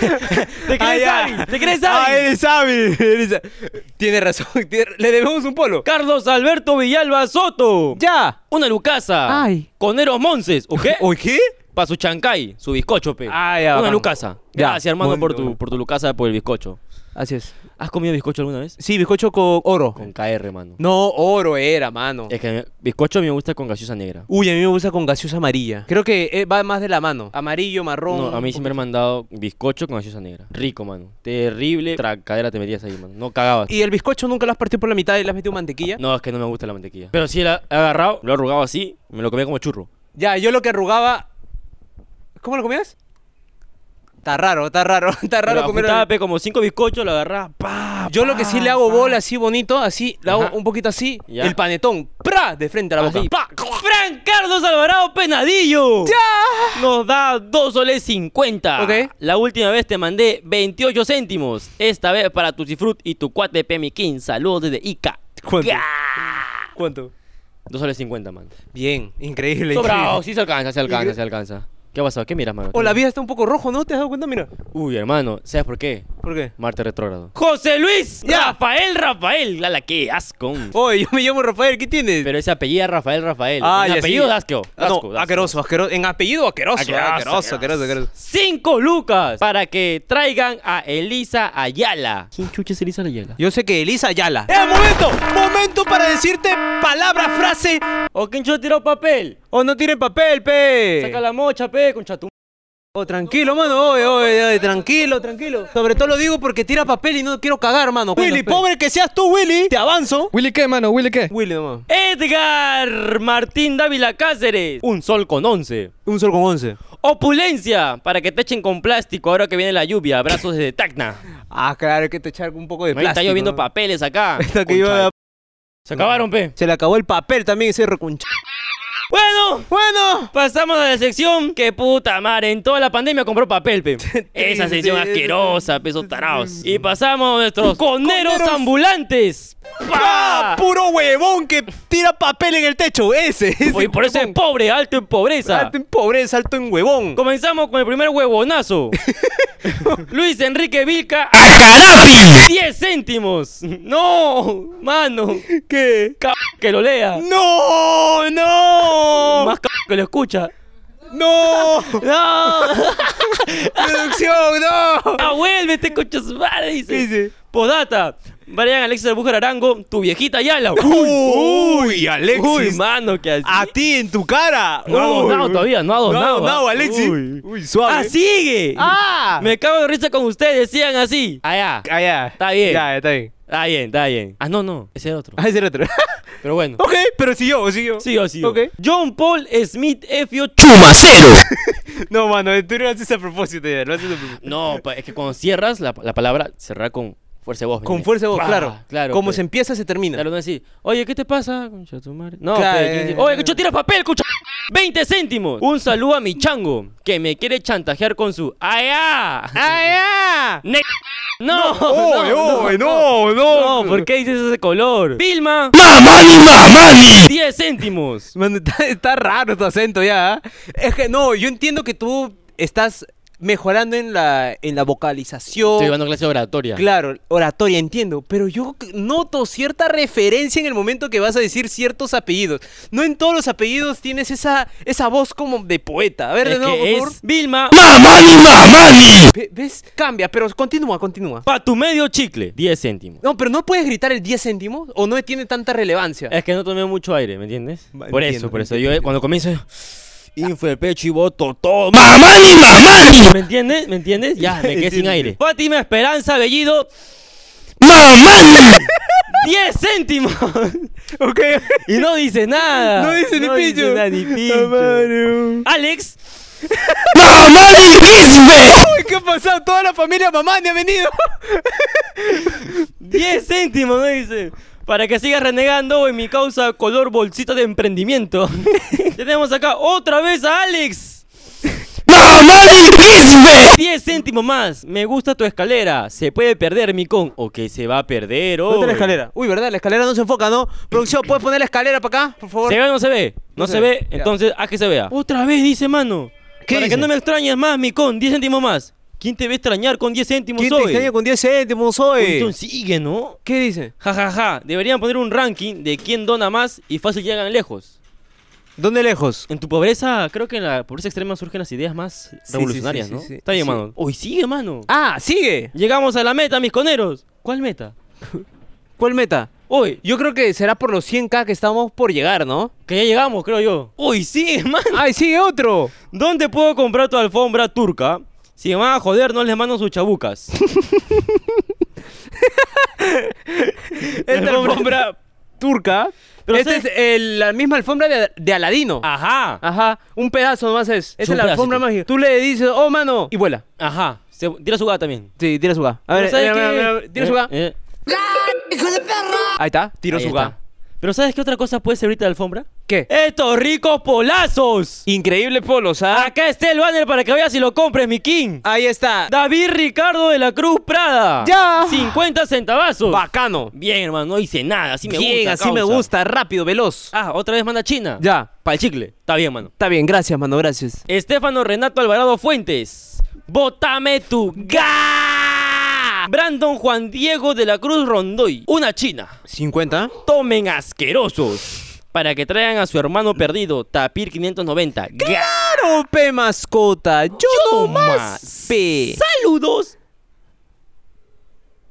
S3: ¿Te
S5: Ah,
S3: crees
S5: ya.
S3: hábil? ¿Te crees
S5: Ah,
S3: hábil?
S5: eres hábil. eres hábil. Tiene razón. tiene- Le debemos un polo.
S3: Carlos Alberto Villalba Soto.
S5: Ya.
S3: Una lucasa.
S5: Ay.
S3: Coneros Monces. ¿O qué?
S5: ¿O qué?
S3: Para su chancay, su bizcocho, pe.
S5: Ah, ya,
S3: Una
S5: bacán.
S3: lucasa.
S5: Ya.
S3: Gracias, hermano, por
S5: Bueno.
S3: tu, por tu lucasa, por el bizcocho.
S5: Así es.
S3: ¿Has comido bizcocho alguna vez?
S5: Sí, bizcocho con oro.
S3: Con KR, mano.
S5: No, oro era, mano.
S3: Es que me- bizcocho me gusta con gaseosa negra.
S5: Uy, a mí me gusta con gaseosa amarilla. Creo que eh, va más de la mano. Amarillo, marrón.
S3: No, a mí sí me han mandado bizcocho con gaseosa negra. Rico, mano. Terrible. Tracadera te metías ahí, mano. No cagabas.
S5: ¿Y el bizcocho nunca lo has partido por la mitad y le has metido mantequilla?
S3: No, es que no me gusta la mantequilla. Pero sí la he agarrado, lo he arrugado así, me lo comía como churro.
S5: Ya, yo lo que arrugaba. ¿Cómo lo comías? Está raro, está raro, está raro
S3: Lo
S5: comer.
S3: ajustaba, pe, como cinco bizcochos, lo agarraba, pa,
S1: Yo lo que sí le hago bola así bonito, así, le hago un poquito así,
S3: Ah, Ya. Ah,
S1: el panetón, ¡pra! de frente a la boca.
S3: Así,
S1: ¡Pa!
S3: Fran Carlos Alvarado Penadillo.
S1: ¡Ya!
S3: Nos da 2 soles 50.
S1: Ok.
S3: La última vez te mandé 28 céntimos. Esta vez para tu cifrut y tu cuate Pemiquín. Saludos desde Ica.
S1: ¿Cuánto? ¿Cuánto?
S3: 2 soles 50, man.
S1: Bien, increíble.
S3: Sobrado,
S1: increíble.
S3: sí se alcanza, se alcanza, se alcanza. ¿Qué ha pasado? ¿Qué miras, mano?
S1: Oh, la vida está un poco rojo, ¿no? ¿Te has dado cuenta? Mira.
S3: Uy, hermano, ¿sabes por qué?
S1: ¿Por qué?
S3: Marte retrógrado. José Luis
S1: Ya.
S3: Rafael Rafael. Lala, qué asco.
S1: Oye, yo me llamo Rafael, ¿qué tienes?
S3: Pero ese apellido es Rafael Rafael.
S1: Ah,
S3: El
S1: ya,
S3: apellido
S1: sí.
S3: de asco.
S1: Ah,
S3: Asco,
S1: no,
S3: asco.
S1: asqueroso, asqueroso. En apellido, asqueroso.
S3: Asqueroso,
S1: Asqueroso, asqueroso, asqueroso.
S3: Cinco lucas para que traigan a Elisa Ayala. ¿Quién chucha es Elisa Ayala?
S1: Yo sé que Elisa Ayala. ¡Eh, momento! ¡Momento para decirte palabra, frase!
S3: ¿O quién chucha tiró papel?
S1: ¡Oh, no tiren papel, pe!
S3: Saca la mocha, pe, concha tu.
S1: Oh, tranquilo, mano. Oye, oye, oye, tranquilo, tranquilo. Sobre todo lo digo porque tira papel y no quiero cagar, mano. Willy, pobre que seas tú, Willy. Te avanzo.
S8: Willy, ¿qué, mano? Willy, ¿qué?
S1: Willy, nomás.
S3: Edgar Martín Dávila Cáceres. Un sol con once.
S1: Un sol con once.
S3: Opulencia para que te echen con plástico ahora que viene la lluvia. Abrazos desde Tacna.
S1: Ah, claro, hay que te echar un poco de
S3: Ahí
S1: plástico.
S3: está lloviendo
S1: ¿no?
S3: papeles acá.
S1: Esta que
S3: Concha
S1: iba a-
S3: Se acabaron, pe.
S1: Se le acabó el papel también ese recuncha.
S3: Bueno,
S1: Bueno.
S3: pasamos a la sección que puta madre, en toda la pandemia compró papel, pe. Esa sección
S1: Triste.
S3: asquerosa, pesos tarados. Y pasamos a nuestros coneros,
S1: Coneros.
S3: ambulantes.
S1: ¡Ah!
S3: ¡Pa!
S1: ¡Puro huevón que tira papel en el techo! Ese. ese
S3: Oye, por eso es
S1: huevón.
S3: pobre, alto en pobreza.
S1: Alto en pobreza, alto en huevón.
S3: Comenzamos con el primer huevonazo. Luis Enrique Vilca Alcarapi. 10 céntimos. No, mano. ¿Qué? que lo lea.
S1: ¡No! ¡No!
S3: Más c que lo escucha.
S1: ¡No!
S3: No.
S1: ¡Producción, no!
S3: Ah, vuelve, te coches madre, dice. Podata. Brian Alexis Bújar Arango, tu viejita Yala.
S1: ¡Uy, Alexis!
S3: Uy, mano, que así.
S1: ¡A ti en tu cara!
S3: Ah, No ha
S1: Uy.
S3: donado todavía, no ha donado,
S1: No ha donado,
S3: ah.
S1: Alexis.
S3: Uy.
S1: Uy, suave.
S3: ¡Ah, sigue!
S1: ¡Ah!
S3: Me cago de risa con ustedes, sigan así. Allá.
S1: Allá.
S3: Está bien.
S1: Ah, Ya, está bien.
S3: Está bien, está bien. Ah, no, no, ese era otro.
S1: Ah, ese era otro.
S3: Pero bueno.
S1: ok, pero siguió, siguió.
S3: Sí, o sí. o.
S1: Ok.
S3: John Paul Smith F.
S1: No, mano, tú no haces a propósito ya, lo haces a propósito.
S3: No, pa- es que cuando cierras la, la palabra, cerrar con fuerza de voz. ¿me
S1: Con
S3: entiendes?
S1: fuerza de voz,
S3: Pa,
S1: claro.
S3: Claro. pues.
S1: Como
S3: pe.
S1: se empieza, se termina.
S3: Claro, no decir, oye, ¿qué te pasa? Concha tu madre. No,
S1: Claro,
S3: pe, ¿quién dice,
S1: eh,
S3: oye,
S1: eh,
S3: concha, tira papel, concha. 20 céntimos. Un saludo a mi chango, que me quiere chantajear con su. ¡Ay, ah!
S1: ¡Ah, ya!
S3: Ne- No,
S1: ¡Oh, no, no, no!
S3: no, ¿por qué dices ese color? Vilma. 10 céntimos.
S1: Mano, está, está raro tu acento ya. ¿ah? Es que no, yo entiendo que tú estás mejorando en la, en la vocalización.
S3: Estoy llevando clase de oratoria.
S1: Claro, oratoria, entiendo, pero yo c- noto cierta referencia en el momento que vas a decir ciertos apellidos. No en todos los apellidos tienes esa, esa voz como de poeta. A ver,
S3: Es
S1: de nuevo,
S3: que
S1: por
S3: es Vilma.
S1: favor. Ve- ¿Ves? Cambia, pero continúa, continúa.
S3: Pa' tu medio chicle. 10 céntimos.
S1: No, pero no puedes gritar el 10 céntimos o no tiene tanta relevancia.
S3: Es que no tomé mucho aire, ¿me entiendes?
S1: Va,
S3: por
S1: entiendo,
S3: eso, por eso.
S1: entiendo,
S3: Yo eh, cuando comienzo. Info de pecho y voto todo. ¡Mamá ¿Me entiendes? ¿Me entiendes? Ya, me quedé sin
S1: Entiendo.
S3: aire. Fátima Esperanza Bellido. ¡Mamá 10 céntimos.
S1: Ok.
S3: Y no dice nada.
S1: No dice ni pincho. Ah,
S3: nada, ni pincho.
S1: Amaro.
S3: Alex.
S1: Uy, ¿qué ha pasado? Toda la familia mamá ni ha venido.
S3: 10 céntimos, ¿no? Dice. Para que sigas renegando en mi causa color bolsita de emprendimiento. Tenemos acá otra vez a Alex. 10 céntimos más. Me gusta tu escalera. Se puede perder, mi con. O que se va a perder,
S1: ¿Dónde está
S3: hoy.
S1: la escalera? Uy, ¿verdad? La escalera no se enfoca, ¿no? Producción, ¿puedes poner la escalera para acá, por favor?
S3: ¿Se ve o no se ve? No, se, ve,
S1: Ya.
S3: entonces haz que se vea. Otra vez dice, mano.
S1: ¿Qué
S3: Para
S1: dice?
S3: que no me extrañes más, mi con. 10 céntimos más. ¿Quién te va a extrañar con 10 céntimos
S1: ¿Quién te
S3: hoy?
S1: extraña con 10 céntimos hoy?
S3: Entonces sigue, ¿no?
S1: ¿Qué dice?
S3: Ja, ja, ja. Deberían poner un ranking de quién dona más y fácil llegan lejos.
S1: ¿Dónde lejos?
S3: En tu pobreza, creo que en la pobreza extrema surgen las ideas más revolucionarias,
S1: sí,
S3: ¿no?
S1: sí, sí.
S3: Está bien,
S1: Sí.
S3: mano. Hoy sigue, mano.
S1: Ah, sigue.
S3: Llegamos a la meta, mis coneros. ¿Cuál meta?
S1: ¿Cuál meta?
S3: Hoy.
S1: Yo creo que será por los 100k que estamos por llegar, ¿no?
S3: Que ya llegamos, creo yo. Hoy sigue, mano.
S1: ¡Ay, sigue otro!
S3: ¿Dónde puedo comprar tu alfombra turca? Si me van a joder, no les mando sus chabucas.
S1: Esta alfombra turca.
S3: Pero
S1: Esta
S3: sé-
S1: es el- la misma alfombra de, de Aladino.
S3: Ajá.
S1: Ajá, un pedazo nomás es.
S3: Es
S1: Esa
S3: un
S1: es la alfombra
S3: pedacito.
S1: mágica. Tú le dices, oh, mano, y vuela.
S3: Ajá. Se- tira su gata también.
S1: Sí, tira su ga. A ver, eh,
S3: ¿sabes
S1: mira,
S3: qué?
S1: mira, mira, mira, tira su
S3: Eh,
S1: ga.
S3: eh.
S1: Ahí está, Eh. tiro
S3: Ahí
S1: su
S3: está.
S1: ga.
S3: Pero ¿sabes qué otra cosa puede ser ahorita la alfombra?
S1: ¿Qué?
S3: ¡Estos ricos polazos!
S1: Increíble polos, ¿ah?
S3: Acá está el banner para que veas y lo compres, mi king.
S1: Ahí está.
S3: David Ricardo de la Cruz Prada.
S1: Ya.
S3: 50 centavazos.
S1: Bacano.
S3: Bien, hermano, no hice nada. Así me gusta.
S1: Bien, así
S3: causa.
S1: me gusta, rápido, veloz.
S3: Ah, otra vez manda China.
S1: Ya.
S3: Para el chicle. Está bien, mano.
S1: Está bien, gracias, mano, gracias.
S3: Estefano Renato Alvarado Fuentes. Bótame tu ga. Brandon Juan Diego de la Cruz Rondoy. Una china.
S1: 50.
S3: Tomen asquerosos. Para que traigan a su hermano perdido, Tapir 590. Ga.
S1: Claro, pe mascota. Yo, no más. Pe.
S3: Saludos.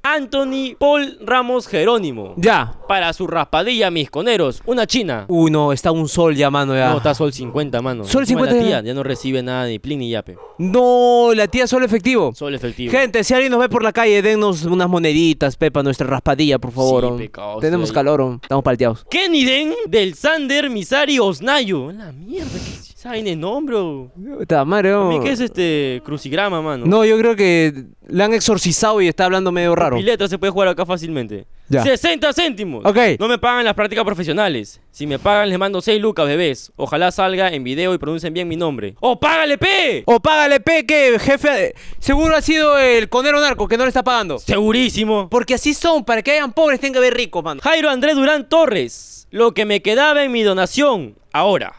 S3: Anthony Paul Ramos Jerónimo.
S1: Ya.
S3: Para su raspadilla, mis coneros. Una china.
S1: Uy, no, está un sol ya, mano, ya.
S3: No, está Sol 50, mano.
S1: Sol
S3: Encima
S1: 50
S3: La
S1: ya.
S3: tía ya no recibe nada de plin ni yape.
S1: No, la tía solo efectivo.
S3: Sol efectivo.
S1: Gente, si alguien nos ve por la calle, dennos unas moneditas, Pepa, nuestra raspadilla, por favor.
S3: Sí,
S1: hom.
S3: pecados,
S1: Tenemos
S3: ahí.
S1: calor, hom. estamos palteados.
S3: Kenny Den del Sander Misari Osnayo. La mierda, ¿qué es esa vaina de nombre? bro?
S1: Puta madre, hom.
S3: A mí, ¿Qué es este crucigrama, mano?
S1: No, yo creo que le han exorcizado y está hablando medio raro.
S3: Pileta se puede jugar acá fácilmente.
S1: Ya.
S3: 60 céntimos.
S1: Ok.
S3: No me pagan las prácticas profesionales. Si me pagan, les mando 6 lucas, bebés. Ojalá salga en video y pronuncien bien mi nombre. ¡Oh, págale, P!
S1: O págale, pe, que jefe. eh, Seguro ha sido el conero narco que no le está pagando.
S3: Segurísimo.
S1: Porque así son, para que hayan pobres, tienen que haber ricos, mano.
S3: Jairo Andrés Durán Torres, lo que me quedaba en mi donación, ahora.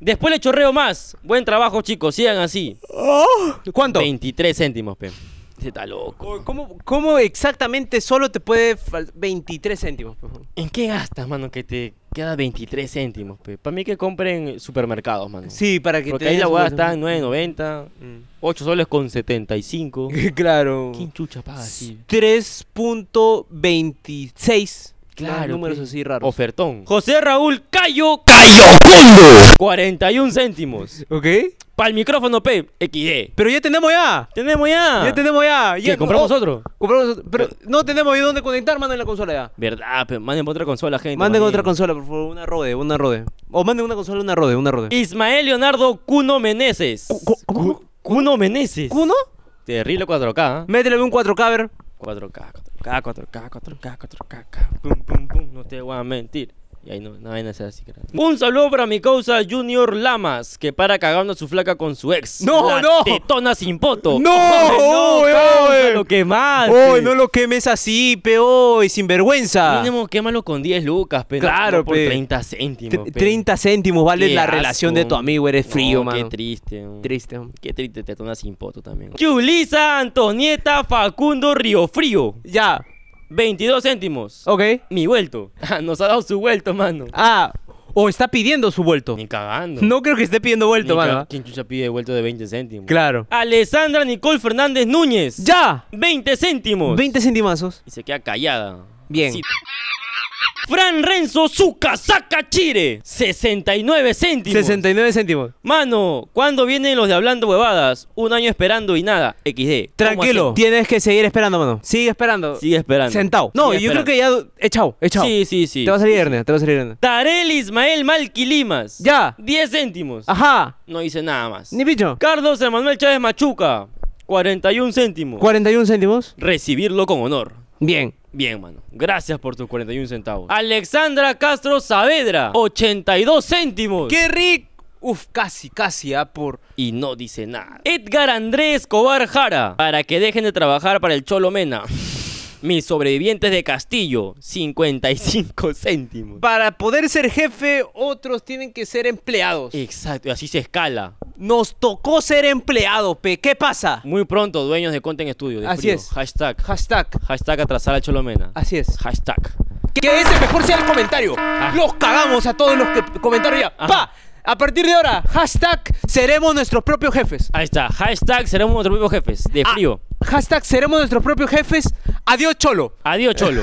S3: Después le chorreo más. Buen trabajo, chicos, sigan así.
S1: ¿Cuánto?
S3: 23 céntimos, pe. Ese está loco.
S1: ¿Cómo, cómo exactamente solo te puede fal- 23 céntimos? por favor?
S3: ¿En qué gastas, mano, que te queda 23 céntimos, pe? Para mí que compren supermercados, mano.
S1: Sí, para que
S3: Porque
S1: te
S3: ahí
S1: den
S3: la
S1: su-
S3: hueá está en 9.90, 8 soles con 75.
S1: claro.
S3: ¿Quién chucha paga así?
S1: 3.26.
S3: Claro,
S1: Números
S3: pe.
S1: así raros.
S3: Ofertón. José Raúl Cayo. 41 céntimos.
S1: ¿Ok?
S3: Para el micrófono, pe. XD.
S1: Pero ya tenemos ya.
S3: Tenemos ya.
S1: Ya tenemos ya.
S3: ¿Qué,
S1: ya
S3: compramos
S1: oh,
S3: otro?
S1: Ah. compramos otro. Pero no tenemos bien dónde conectar, mano, en la consola ya.
S3: Verdad, pero manden otra consola, gente.
S1: Manden
S3: más
S1: otra
S3: bien.
S1: consola, por favor. Una Rode, una Rode. O manden una consola, una Rode, una Rode.
S3: Ismael Leonardo Cuno Meneses.
S1: cómo?
S3: Cu- Cuno Meneses.
S1: ¿Uno?
S3: Terrible 4K. ¿eh?
S1: Métele un 4K, a ver.
S3: 4K, 4K, 4K, 4K, 4K, 4K. Pum, pum, pum. No te voy a mentir. Y ahí no, no vaina sea así. cara. Un saludo para mi causa Junior Lamas, que para cagando a su flaca con su ex.
S1: ¡No,
S3: La
S1: no!
S3: Tetona sin poto.
S1: ¡No! eh.
S3: ¡No!
S1: ¡Oy,
S3: causa,
S1: oy!
S3: ¡Lo quemaste!
S1: ¡Oh, no lo quemes así, peo! ¡Y sinvergüenza!
S3: Mínimo quémalo con 10 lucas, pe. no-
S1: Claro,
S3: no por
S1: pe.
S3: 30 céntimos.
S1: Tre-
S3: pe.
S1: 30 céntimos vale
S3: Qué
S1: la
S3: asco.
S1: relación de tu amigo, eres
S3: No,
S1: frío, mano.
S3: Qué triste. man.
S1: Triste. man.
S3: Qué triste, te tomas sin poto también. Julisa Antonieta Facundo Riofrío.
S1: Ya,
S3: 22 céntimos.
S1: ok.
S3: Mi vuelto. Ah, Nos ha dado su vuelto, mano.
S1: Ah, o está pidiendo su vuelto.
S3: Ni cagando.
S1: No creo que esté pidiendo
S3: Ni
S1: vuelto,
S3: ca-
S1: mano.
S3: ¿Quién chucha pide vuelto de 20 céntimos?
S1: Claro.
S3: Alessandra Nicole Fernández Núñez.
S1: ¡Ya!
S3: 20 céntimos.
S1: 20 centimazos.
S3: Y se queda callada.
S1: Bien.
S3: Sí. Fran Renzo Zucasaca Chire. 69 céntimos.
S1: 69 céntimos.
S3: Mano, ¿cuándo vienen los de Hablando Huevadas? Un año esperando y nada. XD. ¿Cómo
S1: Tranquilo.
S3: hacemos?
S1: Tienes que seguir esperando, mano. Sigue esperando.
S3: Sigue esperando.
S1: Sentado. No,
S3: Sigue
S1: yo creo que ya. eh, Echao, echao.
S3: Sí, sí, sí.
S1: Te va a salir hernia, te va a salir hernia.
S3: Tarel Ismael Malquilimas.
S1: Ya.
S3: 10 céntimos.
S1: Ajá.
S3: No hice nada más.
S1: Ni bicho.
S3: Carlos Emanuel Chávez Machuca. 41 céntimos.
S1: 41 céntimos.
S3: Recibirlo con honor.
S1: Bien.
S3: Bien, mano. Gracias por tus 41 centavos. Alexandra Castro Saavedra. 82 céntimos.
S1: ¡Qué rico! Uf, casi, casi, ah, por.
S3: y no dice nada. Edgar Andrés Escobar Jara, para que dejen de trabajar para el Cholo Mena. Mis sobrevivientes de Castillo, 55 céntimos.
S1: Para poder ser jefe, otros tienen que ser empleados.
S3: Exacto, y así se escala.
S1: Nos tocó ser empleados, pe. ¿Qué pasa?
S3: Muy pronto, dueños de Content Studio. de
S1: Así
S3: frío.
S1: es.
S3: Hashtag.
S1: Hashtag.
S3: Hashtag atrasar al Cholo Mena.
S1: Así es. Ah.
S3: Hashtag.
S1: Que ese mejor sea el comentario. Los cagamos a todos los que comentaron ya.
S3: Ajá.
S1: Pa. A partir de ahora, hashtag seremos nuestros propios jefes.
S3: Ahí está. Hashtag seremos nuestros propios jefes. De
S1: Ah,
S3: frío.
S1: hashtag seremos nuestros propios jefes. Adiós, cholo.
S3: Adiós, Cholo.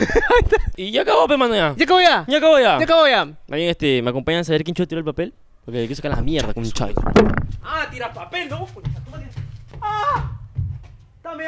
S3: y ya acabó, pe, mano, ya.
S1: Ya acabo ya.
S3: Ya acabó, ya.
S1: Ya acabo ya.
S3: Más bien, este, ¿me acompañan a saber quién chulo tiró el papel? Porque le quiso sacar la mierda con un chai.
S1: Ah, tira papel, no. Ah. Dame